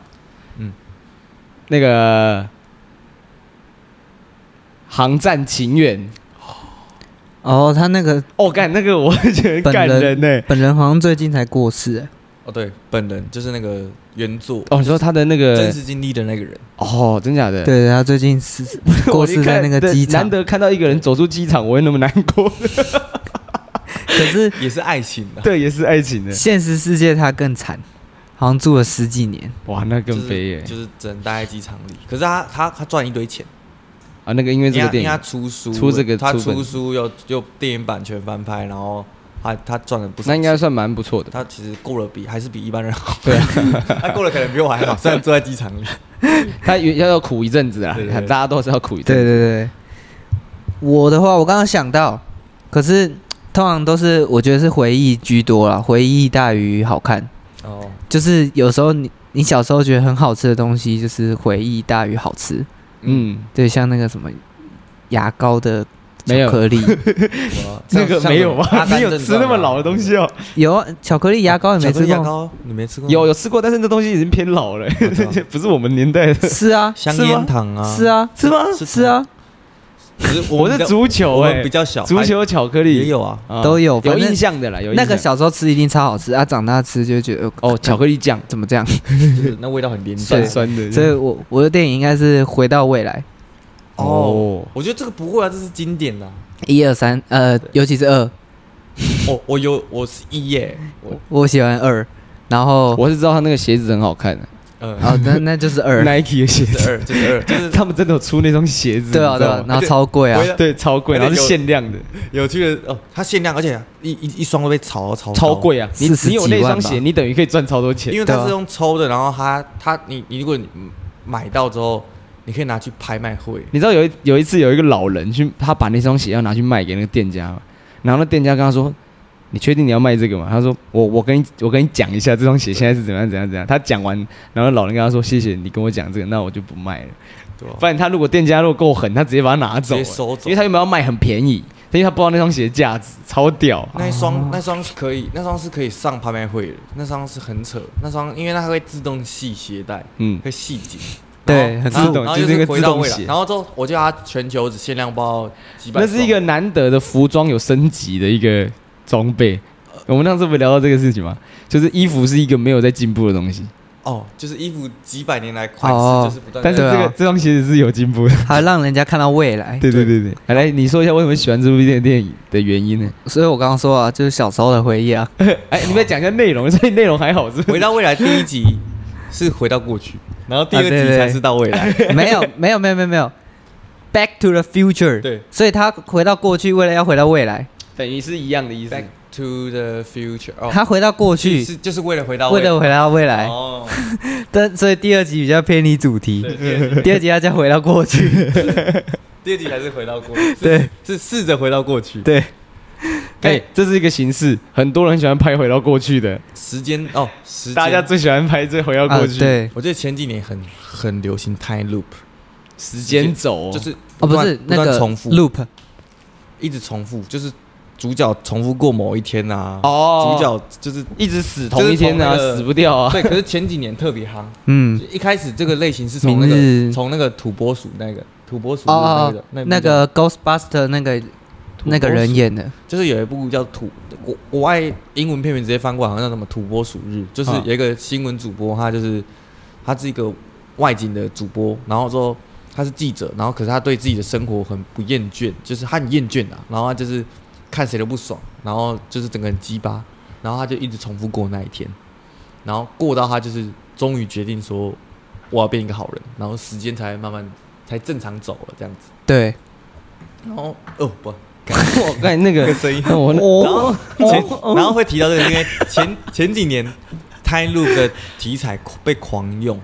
Speaker 3: 嗯
Speaker 1: 嗯，
Speaker 3: 那个《航站情缘》
Speaker 2: 哦，他那个
Speaker 3: 哦，干那个我觉得
Speaker 2: 本
Speaker 3: 感人欸呢、
Speaker 2: 本人好像最近才过世、欸，
Speaker 1: 哦，对，本人就是那个原作
Speaker 3: 哦，你说他的那个
Speaker 1: 真实经历的那个人，
Speaker 3: 哦，真假的？，
Speaker 2: 对，他最近是过世在那个机场
Speaker 3: 难，得看到一个人走出机场，我会那么难 过。
Speaker 2: 可是
Speaker 1: 也是爱情的、
Speaker 3: 对，也是爱情的。
Speaker 2: 现实世界他更惨，好像住了十几年，
Speaker 3: 哇，那
Speaker 1: 就
Speaker 3: 更
Speaker 1: 是
Speaker 3: 悲耶、
Speaker 1: 就是只能待在机场里。可是他他他赚一堆钱，
Speaker 3: 啊！那个因为
Speaker 1: 因为
Speaker 3: 这
Speaker 1: 他
Speaker 3: 个电
Speaker 1: 因为他
Speaker 3: 影，
Speaker 1: 出书，
Speaker 3: 出这个
Speaker 1: 他
Speaker 3: 出本
Speaker 1: 出书又又电影版权翻拍，然后他他赚了不少
Speaker 3: 那
Speaker 1: 钱。
Speaker 3: 应该啊算蛮不错的。
Speaker 1: 他其实过了比还是比一般人好，对、 他过了可能比我还好， 虽然坐在机场里。
Speaker 3: 他原要要苦一阵子啊
Speaker 1: 对对，对
Speaker 3: 大家都是要苦一阵
Speaker 2: 对
Speaker 3: 子。
Speaker 2: 对对，我的话我刚刚想到，可是通常都是我觉得是回忆居多啦，回忆大于好看，
Speaker 1: 哦，
Speaker 2: 就是有时候你你小时候觉得很好吃的东西，就是回忆大于好吃，
Speaker 3: 嗯，
Speaker 2: 对，像那个什么牙膏的
Speaker 3: 没
Speaker 2: 巧
Speaker 3: 有
Speaker 2: 克力。
Speaker 1: 我
Speaker 3: 那个没有吧？
Speaker 1: 吧？
Speaker 3: 没有吃那
Speaker 1: 啊
Speaker 3: 么老的东西
Speaker 1: 嗯
Speaker 3: 哦。
Speaker 2: 有啊巧克力牙膏，你没
Speaker 1: 巧克
Speaker 2: 吃
Speaker 1: 力牙
Speaker 2: 过？
Speaker 1: 膏你没吃过吗？
Speaker 3: 有有吃过，但是那东西已经偏老了，
Speaker 1: 我知道
Speaker 3: 不是我们年代 的。
Speaker 2: 是啊，
Speaker 1: 香
Speaker 2: 是吗
Speaker 1: 烟糖啊，
Speaker 2: 是，啊，
Speaker 1: 是吗
Speaker 2: 是啊，
Speaker 1: 可是我
Speaker 3: 我
Speaker 1: 们
Speaker 3: 是
Speaker 1: 比较
Speaker 3: 足球
Speaker 1: 我
Speaker 3: 哎、
Speaker 1: 们比较小，
Speaker 3: 足球巧克力
Speaker 1: 也有啊，
Speaker 3: 啊
Speaker 2: 都有
Speaker 3: 有
Speaker 2: 反正
Speaker 3: 印象的啦，有印
Speaker 2: 那
Speaker 3: 象
Speaker 2: 个小时候吃一定超好吃啊，长大吃就觉得
Speaker 3: 哦巧克力酱，
Speaker 2: 怎么这样？
Speaker 1: 就是那味道 很廉价
Speaker 3: 酸。酸的，
Speaker 2: 所以我我的电影应该是回到未来
Speaker 1: 哦，我觉得这个不会啊，这是经典的
Speaker 3: 哦
Speaker 1: 啊、
Speaker 2: 一二三，呃，尤其是二，
Speaker 1: 我哦我有我是一耶，
Speaker 3: 哦
Speaker 1: 我
Speaker 2: 我喜欢二，然后
Speaker 3: 我是知道他那个鞋子很好看的
Speaker 1: 呃，
Speaker 2: 哦，那那就是 二，
Speaker 3: ，Nike 的鞋
Speaker 1: 这是
Speaker 3: 子，
Speaker 1: 二，这 是二，就是
Speaker 3: 他们真的有出那双鞋子，
Speaker 2: 对啊对
Speaker 3: 你知道
Speaker 2: 啊
Speaker 3: 吗，
Speaker 2: 然后超贵啊
Speaker 1: 回，到
Speaker 3: 对超贵，
Speaker 1: 而且
Speaker 3: 然后是
Speaker 1: 有
Speaker 3: 限量的，
Speaker 1: 有趣的哦，它限量，而且一一一双都被炒到超高
Speaker 3: 超，贵啊！你
Speaker 2: 四十
Speaker 3: 你有那
Speaker 2: 几万
Speaker 3: 双
Speaker 2: 吧
Speaker 3: 鞋，你等于可以赚超多钱
Speaker 1: 因，为
Speaker 2: 对
Speaker 1: 它
Speaker 2: 啊
Speaker 1: 是用抽的，然后它它你你如果你买到之后，你可以拿去拍卖会，
Speaker 3: 你知道有一有一次有一个老人去，他把那双鞋要拿去卖给那个店家嘛，然后那店家跟他说：“你确定你要卖这个吗？”他说：“我我跟你我跟你讲一下这双鞋现在是怎么样怎样怎样。”他讲完，然后老人跟他说：“谢谢你跟我讲这个，那我就不卖了。
Speaker 1: 对吧、”啊
Speaker 3: 不然他如果店家如果够狠，他直接把它拿走了，
Speaker 1: 直接收走
Speaker 3: 因为他原本要卖很便宜，但因为他不知道那双鞋的价值，超屌。
Speaker 1: 那一
Speaker 3: 哦
Speaker 1: 双那双是可以，那双是可以上拍卖会的，那双是很扯，那双因为它会自动系鞋带，
Speaker 3: 嗯，
Speaker 1: 会系紧。
Speaker 2: 对，
Speaker 1: 然
Speaker 2: 很
Speaker 1: 后
Speaker 3: 自动
Speaker 1: 然后
Speaker 3: 就
Speaker 1: 又
Speaker 3: 是一个
Speaker 1: 回
Speaker 3: 自
Speaker 1: 到
Speaker 3: 动
Speaker 1: 未来
Speaker 3: 鞋
Speaker 1: 然后之后我记得它全球只限量包几百
Speaker 3: 那
Speaker 1: 双，
Speaker 3: 是一个难得的服装有升级的一个呃装备。我们那时候不是聊到这个事情吗？就是衣服是一个没有在进步的东西。
Speaker 1: 哦，就是衣服几百年来款式、
Speaker 2: 哦
Speaker 1: 就是不断
Speaker 3: 但
Speaker 1: 地
Speaker 3: 是这
Speaker 1: 在，
Speaker 2: 对
Speaker 3: 个
Speaker 2: 啊
Speaker 3: 这双鞋子是有进步的。
Speaker 2: 还让人家看到未来。
Speaker 3: 对对对对，哎来，你说一下为什么喜欢这部电电影的原因 呢？
Speaker 2: 所以我刚刚说啊，就是小时候的回忆啊。
Speaker 3: 哎，你们讲一下内容， 所以内容还好是 不
Speaker 1: 回
Speaker 3: 是？
Speaker 1: 到未来第一集是回到过 去，然后第二
Speaker 2: 啊对
Speaker 1: 集
Speaker 2: 对
Speaker 1: 才是到未来。
Speaker 2: 没有没有没有没有没有，Back to the Future。
Speaker 1: 对，
Speaker 2: 所以他回到过去，为了要回到未来，
Speaker 3: 等于是一样的意思
Speaker 1: Back to the future，哦，
Speaker 2: 他回到过去
Speaker 1: 是就是为了回到
Speaker 2: 为了回到未来。
Speaker 1: 哦，
Speaker 2: 但所以第二集比较偏离主题，第二集大家回到过去。
Speaker 1: 第二集还是回 到过去，是
Speaker 2: 对
Speaker 1: 是试着回到过去，
Speaker 2: 对，
Speaker 3: 哎，这是一个形式，很多人喜欢拍回到过去的，
Speaker 1: 时间哦，时间
Speaker 3: 大家最喜欢拍这回到
Speaker 2: 啊
Speaker 3: 过去，，
Speaker 2: 对，
Speaker 1: 我记得前几年很很流行 time loop，
Speaker 3: 时间轴
Speaker 1: 就是
Speaker 2: 哦不
Speaker 1: 断
Speaker 2: 是
Speaker 1: 不
Speaker 2: 那
Speaker 1: 断
Speaker 2: 个
Speaker 1: 重复
Speaker 2: loop，
Speaker 1: 一直重复，就是主角重复过某一天啊，
Speaker 3: 哦
Speaker 1: 主角就是
Speaker 3: 一直死同一天啊，
Speaker 1: 就是从那个
Speaker 3: 死不掉啊。
Speaker 1: 对，可是前几年特别夯，
Speaker 2: 嗯
Speaker 1: 就，一开始这个类型是从那
Speaker 2: 明日
Speaker 1: 个从那个土拨鼠那个土拨鼠的那
Speaker 2: 哦
Speaker 1: 个，那
Speaker 2: 那个 Ghostbuster 那个那个人演的，
Speaker 1: 就是有一部叫土国国外英文片名直接翻过来，好像叫什么土拨鼠日，就是有一个新闻主播，他就是他是一个外景的主播，然后说他是记者，然后可是他对自己的生活很不厌倦，就是他很厌倦啊，然后他就是看谁都不爽，然后就是整个人鸡巴，然后他就一直重复过那一天，然后过到他就是终于决定说我要变一个好人，然后时间才慢慢才正常走了这样子，
Speaker 2: 对，
Speaker 1: 然后哦不。
Speaker 3: 我刚才那个声音， 我
Speaker 1: 然
Speaker 3: 我
Speaker 1: 后前然后会提到这个，是因为前前几年 Time Loop 的题材被狂用，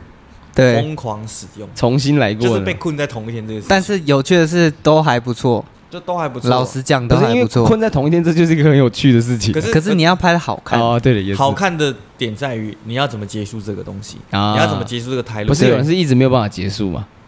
Speaker 2: 对，
Speaker 1: 疯狂使用，
Speaker 3: 重新来过
Speaker 1: 就是
Speaker 3: 了
Speaker 1: 被。困在同一天这个事情，
Speaker 2: 但是有趣的是都还不错，
Speaker 1: 就都还不错。
Speaker 2: 老实讲都
Speaker 3: 可是
Speaker 2: 还
Speaker 3: 因为
Speaker 2: 不错。
Speaker 3: 困在同一天，这就是一个很有趣的事情。
Speaker 1: 可是
Speaker 2: 可是你要拍的好看，
Speaker 3: 哦，对了，也是
Speaker 1: 好看的点在于你要怎么结束这个东西，
Speaker 3: 啊
Speaker 1: 你要怎么结束这个 Time Loop？
Speaker 3: 不是有人是一直没有办法结束吗？
Speaker 2: 啊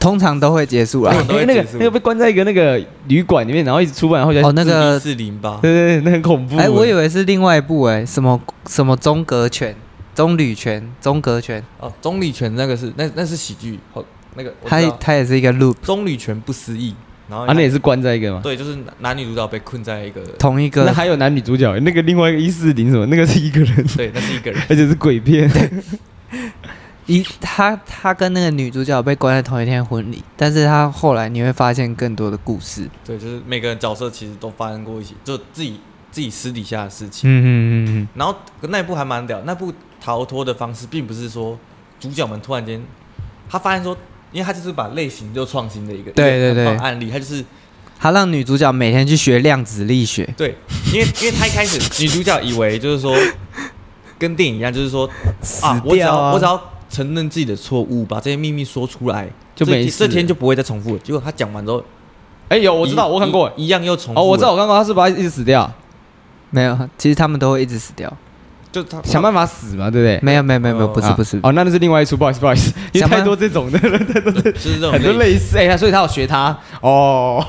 Speaker 2: 通常都会结束
Speaker 1: 对
Speaker 2: 啦
Speaker 1: 啊。
Speaker 3: 因为
Speaker 1: 都
Speaker 3: 那个
Speaker 1: 会结束
Speaker 3: 那个被关在一个那个旅馆里面，然后一直出不来，然后就
Speaker 2: 哦，那个
Speaker 1: 四零八，
Speaker 3: 对对对， 那很恐怖。
Speaker 2: 哎、我以为是另外一部哎、什么什么中格拳、中旅拳、中格拳，
Speaker 1: 哦，钟礼权那个是那那是喜剧，哦，那个我
Speaker 2: 它
Speaker 1: 知道
Speaker 2: 它也是一个 loop，
Speaker 1: 钟礼权不思议，然后
Speaker 3: 啊，那也是关在一个嘛。
Speaker 1: 对，就是男男女主角被困在一个，
Speaker 2: 同一
Speaker 3: 那
Speaker 2: 个
Speaker 3: 还有男女主角，那个另外一个一四零什么，那个是一个人，
Speaker 1: 对，那是一个人，
Speaker 3: 而且是鬼片。
Speaker 2: 一他他跟那个女主角被关在同一天婚礼，但是他后来你会发现更多的故事。
Speaker 1: 对，就是每个人角色其实都发生过一些，就自己自己私底下的事情。
Speaker 2: 嗯嗯嗯
Speaker 1: 然后那一部还蛮屌，那部逃脱的方式并不是说主角们突然间，他发现说，因为他就是把类型就创新的一个
Speaker 2: 对对
Speaker 1: 一个很
Speaker 2: 对
Speaker 1: 棒的案例，他就是
Speaker 2: 嗯，他让女主角每天去学量子力学。
Speaker 1: 对， 因为因为他一开始女主角以为就是说跟电影一样，就是说啊，我只
Speaker 2: 掉
Speaker 1: 要
Speaker 2: 啊
Speaker 1: 我只要承认自己的错误，把这些秘密说出来，
Speaker 3: 就
Speaker 1: 这
Speaker 3: 没
Speaker 1: 天
Speaker 3: 事
Speaker 1: 这天就不会再重复了。结果他讲完之后，
Speaker 3: 哎，有我知道，
Speaker 1: 一
Speaker 3: 我看过。
Speaker 1: 一一样又重复
Speaker 3: 哦，
Speaker 1: 了。
Speaker 3: 我知道，我看过，他是把他一直死掉，
Speaker 2: 没有，其实他们都会一直死掉。
Speaker 1: 就他
Speaker 3: 想办法死嘛，对不对？
Speaker 2: 没有没有没有没有，不是
Speaker 3: 啊
Speaker 2: 不是，
Speaker 3: 哎哦，那那是另外一出，不好意思，不好意思， 因为
Speaker 2: 想办
Speaker 3: 太多这种的 了，太多这
Speaker 1: 就是这种
Speaker 3: 很多类似，哎，所以他有学他哦，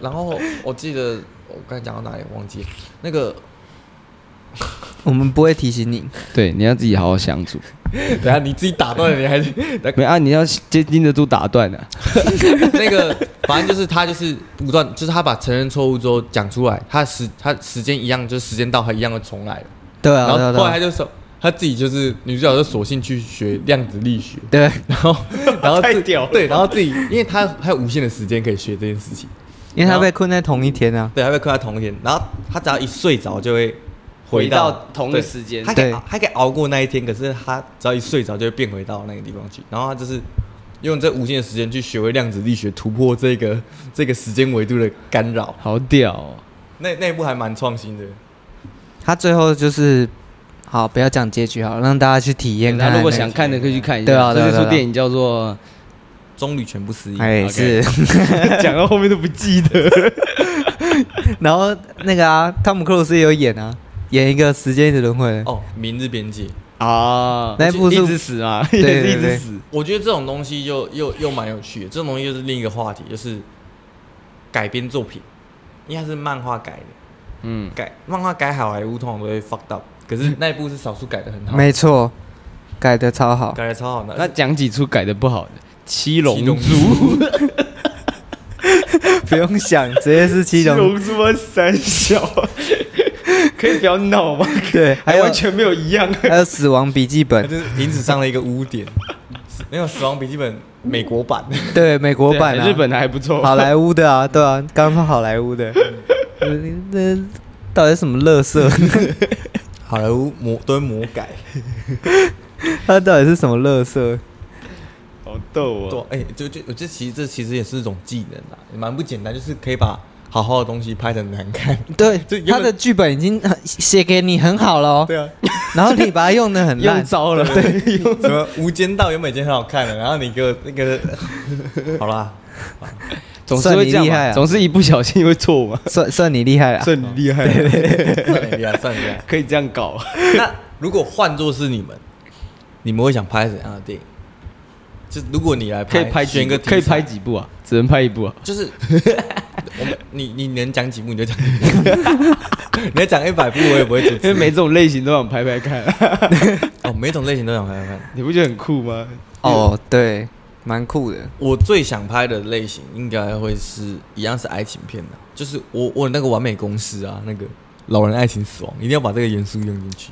Speaker 1: 然后我记得我刚才讲到哪里忘记了，那个
Speaker 2: 我们不会提醒你。
Speaker 3: 对，你要自己好好相 处，
Speaker 1: 等下你自己打断了，你还 是
Speaker 3: 没啊，你要接盯得住打断啊的，
Speaker 1: 那个，反正就是他就是不断，就是他把承认错误之后讲出来，他时他时间一样，就是时间到他一样会重来了。
Speaker 2: 对啊
Speaker 1: 然
Speaker 2: 对啊
Speaker 1: 后
Speaker 2: 对
Speaker 1: 后来他
Speaker 2: 啊
Speaker 1: 就说他自己就是女主角就索性去学量子力学，
Speaker 2: 对，
Speaker 1: 然后然后自
Speaker 3: 太屌了
Speaker 1: 对，然后自己因为他还有无限的时间可以学这件事情，
Speaker 2: 因为
Speaker 1: 然
Speaker 2: 他
Speaker 1: 后
Speaker 2: 被困在同一天啊。
Speaker 1: 对，还会困在同一天，然后他只要一睡着就会
Speaker 3: 回
Speaker 1: 到
Speaker 3: 到同一
Speaker 1: 对
Speaker 3: 时间
Speaker 1: 他可以
Speaker 2: 对
Speaker 1: 熬他可以熬过那一天，可是他只要一睡着就会变回到那个地方去，然后他就是用这无限的时间去学会量子力学，突破这个这个时间维度的干扰。
Speaker 3: 好屌哦，
Speaker 1: 那那一部还蛮创新的，
Speaker 2: 他最后就是，好，不要讲结局好了，让大家去体验看
Speaker 3: 那
Speaker 2: 看。
Speaker 3: 如果想看的可以去看一下，
Speaker 2: 对啊对啊
Speaker 3: 这是
Speaker 2: 对
Speaker 3: 出
Speaker 2: 啊
Speaker 3: 电影叫 做，
Speaker 1: 中旅全不思议。
Speaker 2: 哎
Speaker 3: OK
Speaker 2: 是，
Speaker 3: 讲到后面都不记得，
Speaker 2: 然后那个啊，汤姆克鲁斯也有演啊，演一个时间一直轮回。
Speaker 1: 哦，明日边界，
Speaker 3: 啊，
Speaker 2: 那一部是
Speaker 3: 一直死 嘛，
Speaker 2: 对对对
Speaker 3: 也是一直死，
Speaker 1: 我觉得这种东西又又又蛮有趣的，这种东西又是另一个话题，就是改编作品，因为它是漫画改的，
Speaker 3: 嗯，
Speaker 1: 改漫画改好莱坞通常都会 fucked up，可是那一部是少数改的很好，
Speaker 2: 没错，改的超好。
Speaker 1: 哦改的超好的。
Speaker 3: 那讲几出改的不好的，七龙
Speaker 1: 七龙
Speaker 3: 珠，
Speaker 2: 不用想，直接是七龙。
Speaker 3: 珠啊，三小， 可以不要闹吗？
Speaker 2: 对，还
Speaker 3: 还
Speaker 2: 有
Speaker 3: 完全没有一样。
Speaker 2: 还有《死亡笔记本
Speaker 1: 它》，就是影子上了一个污点。那个《死亡笔记本》美国版，
Speaker 2: 对，美国版啊，
Speaker 3: 日本的还不错，
Speaker 2: 好莱坞的啊，对啊，刚刚说好莱坞的，呃那到底是什么乐色？
Speaker 1: 好莱坞魔都会魔改。
Speaker 2: 它到底是什么乐色？
Speaker 3: 好逗
Speaker 1: 对
Speaker 3: 哦。
Speaker 1: 啊，哎、就就我这其实这其实也是一种技能啦，也蛮不简单，就是可以把好好的东西拍的难看。
Speaker 2: 对
Speaker 1: 这，原
Speaker 2: 他
Speaker 1: 本
Speaker 2: 的剧本已经很写给你很好了哦，
Speaker 1: 对啊，
Speaker 2: 然后你把它用的很
Speaker 3: 用
Speaker 2: 烂，
Speaker 3: 糟了，
Speaker 1: 什么《无间道》原本已经很好看了，然后你给我那个 好啦，
Speaker 3: 总是会这
Speaker 2: 算
Speaker 3: 样
Speaker 2: 你厉
Speaker 3: 嘛
Speaker 2: 害，啊
Speaker 3: 总是一不小心会错嘛。
Speaker 2: 算算你厉害啊了。
Speaker 3: 算你厉 害，啊
Speaker 1: 算你厉害，算你厉害。
Speaker 3: 可以这样搞。
Speaker 1: 那如果换作是你们，你们会想拍怎样的电影？就如果你来
Speaker 3: 可
Speaker 1: 拍，
Speaker 3: 以拍
Speaker 1: 选
Speaker 3: 几
Speaker 1: 一个题材
Speaker 3: 可以拍，几部啊？只能拍一部啊。
Speaker 1: 就是 我们你你能讲几部你就讲几部，你要讲一百部我也不会阻
Speaker 3: 因为
Speaker 1: 止。
Speaker 3: 每种类型都想拍拍看，啊
Speaker 1: 哦，每种类型都想拍拍看。
Speaker 3: 你不觉得很酷吗？
Speaker 2: 哦，对，蛮酷的。
Speaker 1: 我最想拍的类型应该会是一样是爱情片的，就是我我有那个完美公司啊，那个老人爱情死亡，一定要把这个元素用进去。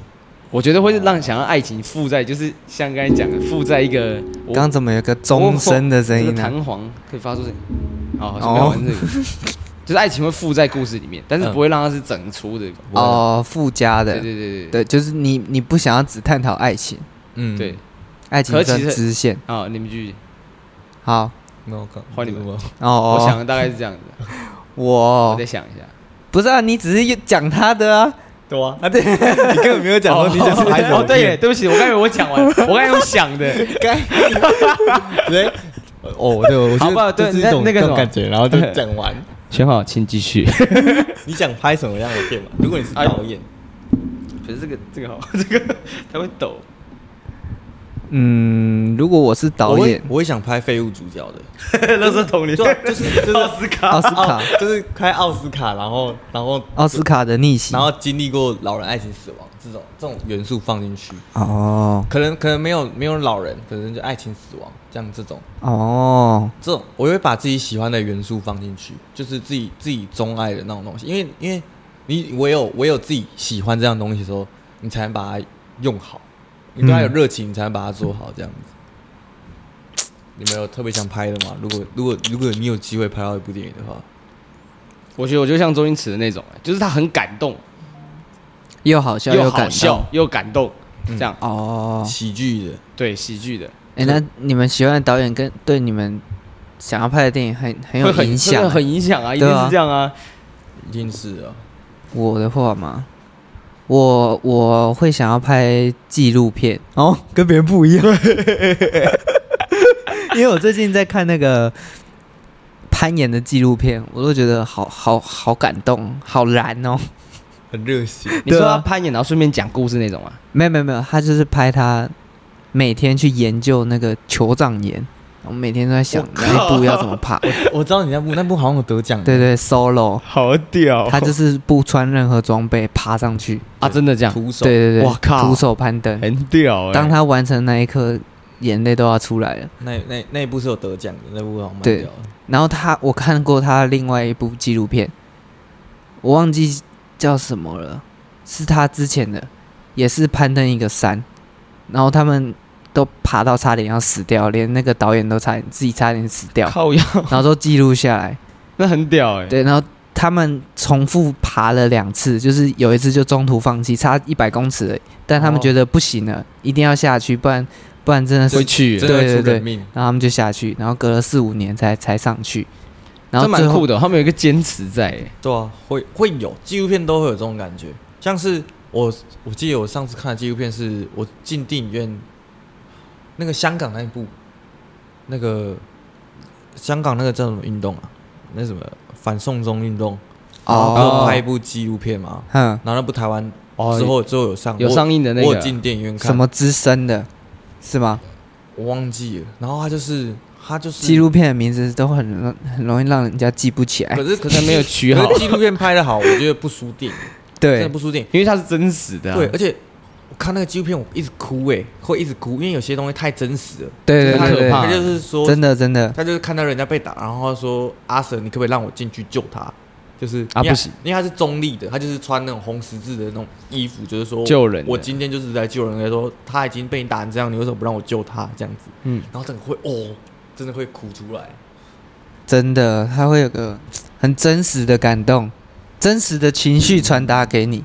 Speaker 3: 我觉得会让想要爱情附在，就是像刚才讲的，附在一个我
Speaker 2: 刚怎么有个钟声的声
Speaker 3: 这
Speaker 2: 音
Speaker 3: 个
Speaker 2: 呢？
Speaker 3: 弹簧可以发出声音。啊哦，嗯好像没有玩这个，就是爱情会附在故事里面，但是不会让它是整出的。
Speaker 2: 哦，附加
Speaker 3: 对
Speaker 2: 的，
Speaker 3: 对对对
Speaker 2: 对，就是你你不想要只探讨爱情，
Speaker 1: 嗯，
Speaker 3: 对。
Speaker 2: 爱情
Speaker 3: 可
Speaker 2: 算
Speaker 3: 其实
Speaker 2: 支线。
Speaker 3: 啊，你们继续，
Speaker 2: 好，
Speaker 1: 那我看
Speaker 3: 换你们
Speaker 1: 吧。
Speaker 2: 哦哦，
Speaker 3: 我想的大概是这样子，我
Speaker 2: 我哦
Speaker 3: 再想一下。
Speaker 2: 不是啊，你只是讲他的啊，
Speaker 1: 对啊，对，你根本没有讲说你想拍什么
Speaker 3: 哦，对耶，
Speaker 1: 片，
Speaker 3: 对不起，我刚以为我讲完，我刚用想的，
Speaker 1: 该对，哦，对，我
Speaker 3: 好
Speaker 1: 觉
Speaker 3: 吧
Speaker 1: 得这
Speaker 3: 对
Speaker 1: 是
Speaker 3: 那
Speaker 1: 一种
Speaker 3: 那
Speaker 1: 这
Speaker 3: 个什
Speaker 1: 种
Speaker 3: 么
Speaker 1: 感觉，然后就讲完。
Speaker 3: 选好，请继续。
Speaker 1: 你想拍什么样的片嘛？如果你是
Speaker 3: 哎
Speaker 1: 导演，
Speaker 3: 可是这个这个好， 这个它会抖。
Speaker 2: 嗯，如果我是导
Speaker 1: 我会
Speaker 2: 演，
Speaker 1: 我会想拍废物主角的，
Speaker 3: 那是同理，
Speaker 1: 对啊，就是就是哦
Speaker 3: 奥斯卡
Speaker 2: 奥斯卡，
Speaker 1: 就是开奥斯卡，然后然后
Speaker 2: 奥斯卡的逆袭
Speaker 1: 然，后经历过老人爱情死亡这种这种元素放进去，
Speaker 2: 哦
Speaker 1: 可能可能没有没有老人，可能就爱情死亡这样这种
Speaker 2: 哦，
Speaker 1: 这种，我会把自己喜欢的元素放进去，就是自己自己钟爱的那种东西，因为因为你唯有唯有自己喜欢这样东西的时候，你才能把它用好，你对它有热情，你才能把它做好这样子。你们有特别想拍的吗？如果如果如果你有机会拍到一部电影的话，
Speaker 3: 我觉得我就像周星驰的那种，哎就是他很感动，
Speaker 2: 又好笑
Speaker 3: 又
Speaker 2: 感
Speaker 3: 好
Speaker 2: 动
Speaker 3: 笑嗯又感动，这样
Speaker 2: 哦。
Speaker 1: 喜剧的，
Speaker 3: 对喜剧的
Speaker 2: 哎、那你们喜欢的导演跟对你们想要拍的电影很很有
Speaker 3: 会很
Speaker 2: 影
Speaker 3: 真
Speaker 2: 响
Speaker 3: 的
Speaker 2: 啊。
Speaker 3: 很影响啊，一定
Speaker 2: 对啊
Speaker 3: 是这样啊。
Speaker 1: 一定是啊，
Speaker 2: 我的话嘛，我我会想要拍纪录片哦，跟别人不一样， 因为我最近在看那个攀岩的纪录片，我都觉得好好好感动，好燃哦。
Speaker 1: 很热血。
Speaker 3: 你说
Speaker 2: 对啊
Speaker 3: 他攀岩，然后顺便讲故事那种啊？
Speaker 2: 没有没有没有，他就是拍他每天去研究那个酋长岩，我每天都在想那一步要怎么 爬。
Speaker 1: 我知道你那部那部好像有得奖，
Speaker 2: 对对，solo，
Speaker 3: 好屌
Speaker 2: 他就是不穿任何装备爬上去。
Speaker 3: 啊，真的这样，
Speaker 1: 徒手，
Speaker 2: 对对对，
Speaker 3: 哇靠
Speaker 2: 徒手攀登。
Speaker 3: 很屌哎。
Speaker 2: 当他完成那一刻，眼泪都要出来了。
Speaker 1: 那那那一部是有得奖的，那部好像卖
Speaker 2: 对
Speaker 1: 掉了。
Speaker 2: 然后他，我看过他另外一部纪录片，我忘记叫什么了，是他之前的，也是攀登一个山，然后他们都爬到差点要死掉，连那个导演都差点自己差点死掉，
Speaker 3: 靠腰，
Speaker 2: 然后都记录下 来。
Speaker 3: 那很屌哎。
Speaker 2: 对，然后他们重复爬了两次，就是有一次就中途放弃，差一百公尺而已，但他们
Speaker 3: 哦
Speaker 2: 觉得不行了，一定要下去，不然不然真的是
Speaker 3: 回去
Speaker 1: 真
Speaker 2: 对
Speaker 1: 的会
Speaker 2: 对
Speaker 1: 出人
Speaker 2: 对，
Speaker 1: 命。
Speaker 2: 然后他们就下去，然后隔了四五年才才上去，然
Speaker 3: 这
Speaker 2: 后
Speaker 3: 蛮
Speaker 2: 最后
Speaker 3: 酷的哦，他们有一个坚持在哎。
Speaker 1: 对啊，会会有纪录片都会有这种感觉，像是我我记得我上次看的纪录片是我进电影院，那个香港那一部，那个香港那个叫什么运动啊？那什么反送中运动，然后不
Speaker 2: 哦
Speaker 1: 是拍一部纪录片嘛，
Speaker 2: 哼
Speaker 1: 然后那部台湾
Speaker 3: 哦
Speaker 1: 之后之后有上
Speaker 3: 有
Speaker 1: 我
Speaker 3: 上映的那
Speaker 1: 我
Speaker 3: 个
Speaker 1: 有进电影院看
Speaker 2: 什么资深的，是吗？
Speaker 1: 我忘记了，然后他就是他就是
Speaker 2: 纪录片的名字都很容很容易让人家记不起来
Speaker 1: 可，是可
Speaker 3: 但
Speaker 1: 是
Speaker 3: 没有取 好
Speaker 1: 可是纪录片拍的好，我觉得不输电影，真的
Speaker 2: 对
Speaker 1: 不输电影。
Speaker 3: 因为它是真实的啊。
Speaker 1: 对，而且我看那个纪录片，我一直哭哎、会一直哭，因为有些东西太真实了，
Speaker 2: 对对
Speaker 3: 太
Speaker 2: 对
Speaker 3: 可怕
Speaker 1: 他
Speaker 3: 了
Speaker 2: 对，
Speaker 1: 就是说，
Speaker 2: 真的真的，
Speaker 1: 他就是看到人家被打，然后他说阿 Sir，你可不可以让我进去救他？就是
Speaker 3: 啊
Speaker 1: 因为
Speaker 3: 不行，
Speaker 1: 因为他是中立的，他就是穿那种红十字的那种衣服，就是说
Speaker 3: 救人的
Speaker 1: 我今天就是在救人，来说他已经被你打成这样，你为什么不让我救他？这样子，
Speaker 3: 嗯
Speaker 1: 嗯，然后整个会哦，真的会哭出来。
Speaker 2: 真的，他会有个很真实的感动，真实的情绪传达给你。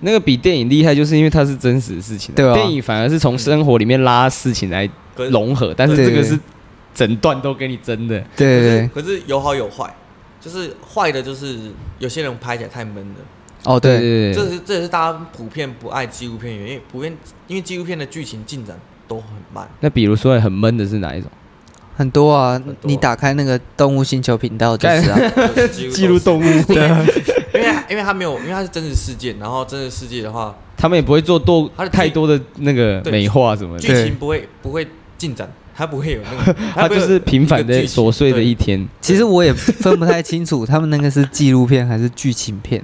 Speaker 3: 那个比电影厉害，就是因为它是真实的事情、
Speaker 2: 对啊
Speaker 3: 电影反而是从生活里面拉事情来
Speaker 1: 可是
Speaker 3: 融合，但是
Speaker 2: 对
Speaker 3: 这个是整段都给你真的。
Speaker 2: 对
Speaker 1: 可是
Speaker 2: 对
Speaker 1: 可是有好有坏，就是坏的就是有些人拍起来太闷了，
Speaker 2: 哦对，
Speaker 3: 对
Speaker 1: 这是这也是大家普遍不爱纪录片的原因，因为普遍因为纪录片的剧情进展都很慢，
Speaker 3: 那比如说很闷的是哪一种？
Speaker 2: 很多啊，
Speaker 1: 多
Speaker 2: 你打开那个动物星球频道就是啊，
Speaker 1: 就是几乎都是
Speaker 3: 记录动物，
Speaker 1: 因为因为他没有，因为他是真实事件，然后真实世界的话，
Speaker 3: 他们也不会做多
Speaker 1: 它的剧
Speaker 3: 太多的那个
Speaker 1: 对
Speaker 3: 美化什么
Speaker 1: 剧
Speaker 3: 的，
Speaker 2: 对
Speaker 1: 情不会不会进展，他不会有那 个，
Speaker 3: 它
Speaker 1: 不会
Speaker 3: 就
Speaker 1: 有
Speaker 3: 是平凡
Speaker 1: 一
Speaker 3: 的
Speaker 1: 个剧情
Speaker 3: 琐碎的
Speaker 1: 对嗯
Speaker 3: 一天。
Speaker 2: 其实我也分不太清楚 他们那个是纪录片还是剧情片，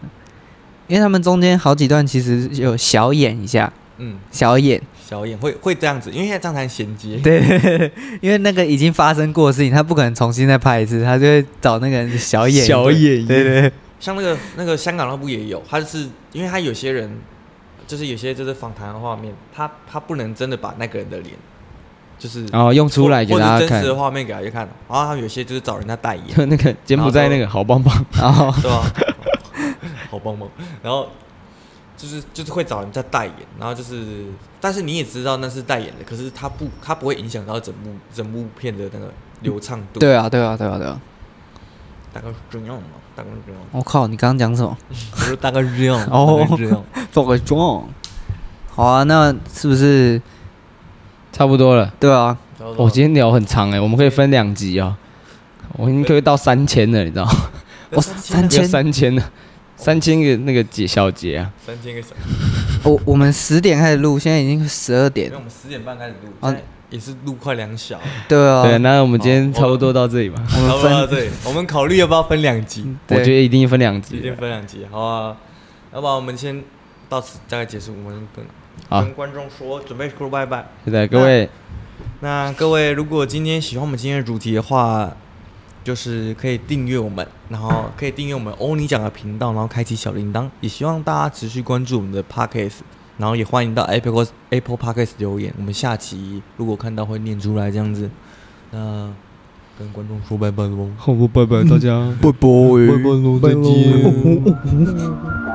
Speaker 2: 因为他们中间好几段其实有小演一下，
Speaker 1: 嗯
Speaker 2: 小演，
Speaker 1: 小演会会这样子，因为现在这样才衔接。
Speaker 2: 对，因为那个已经发生过的事情，他不可能重新再拍一次，他就会找那个人小演。
Speaker 3: 小野对对，
Speaker 1: 像那个那个香港那部也有，他是因为他有些人就是有些就是访谈的画面，他他不能真的把那个人的脸就是
Speaker 3: 然后用出来给
Speaker 1: 或
Speaker 3: 大
Speaker 1: 者
Speaker 3: 家
Speaker 1: 真
Speaker 3: 看
Speaker 1: 实。的画面给大家看，然后他们有些就是找人家代言，
Speaker 3: 就 那个柬埔寨那个好棒棒，
Speaker 2: 然后
Speaker 1: 对吧？ 好棒棒，然后就是就是会找人家代言，然后就是，但是你也知道那是代言的，可是他不他不会影响到整部整部片的那个流畅度。，
Speaker 2: 对啊对啊对啊对啊，
Speaker 1: 大概是这样嘛，大概是这样，
Speaker 2: 我、靠，你刚刚讲什么？
Speaker 1: 我说大概是这样，
Speaker 2: 哦
Speaker 1: 大概是这样。
Speaker 2: 做个妆。好啊，那是不是
Speaker 3: 差不多了。
Speaker 2: 对啊？
Speaker 3: 我、今天聊很长哎、我们可以分两集啊、我已经可以到三千了，你知道吗？
Speaker 2: 我三
Speaker 3: 有
Speaker 2: 千，
Speaker 3: 三千了，三千个那个节小节啊，
Speaker 1: 三千个小时，
Speaker 2: 我我们十点开始录，现在已经十二
Speaker 1: 因
Speaker 2: 点
Speaker 1: 为我，们十点半开始录，
Speaker 2: 啊
Speaker 1: 现在也是录快两小，
Speaker 2: 对啊，
Speaker 3: 对，那我们今天
Speaker 1: 哦
Speaker 3: 差不多到这里吧。
Speaker 2: 我们
Speaker 1: 好不好？
Speaker 2: 分，
Speaker 1: 对，我们考虑要不要分两集，
Speaker 3: 我
Speaker 2: 对
Speaker 3: 觉得一定分两
Speaker 1: 今
Speaker 3: 集
Speaker 1: 天，分两集，好啊。要不然我们先到此大概结束，我们跟
Speaker 3: 好
Speaker 1: 跟观众说准备说拜拜。
Speaker 3: 对的，各位，
Speaker 1: 那各位，如果今天喜欢我们今天的主题的话，就是可以订阅我们，然后可以订阅我们欧尼讲的频道，然后开启小铃铛。也希望大家持续关注我们的 podcast，然后也欢迎到 Apple Apple podcast 留言。我们下期如果看到会念出来这样子。那跟观众说拜拜喽，
Speaker 3: 好，拜拜大家，
Speaker 2: 不播
Speaker 3: 拜喽，再见。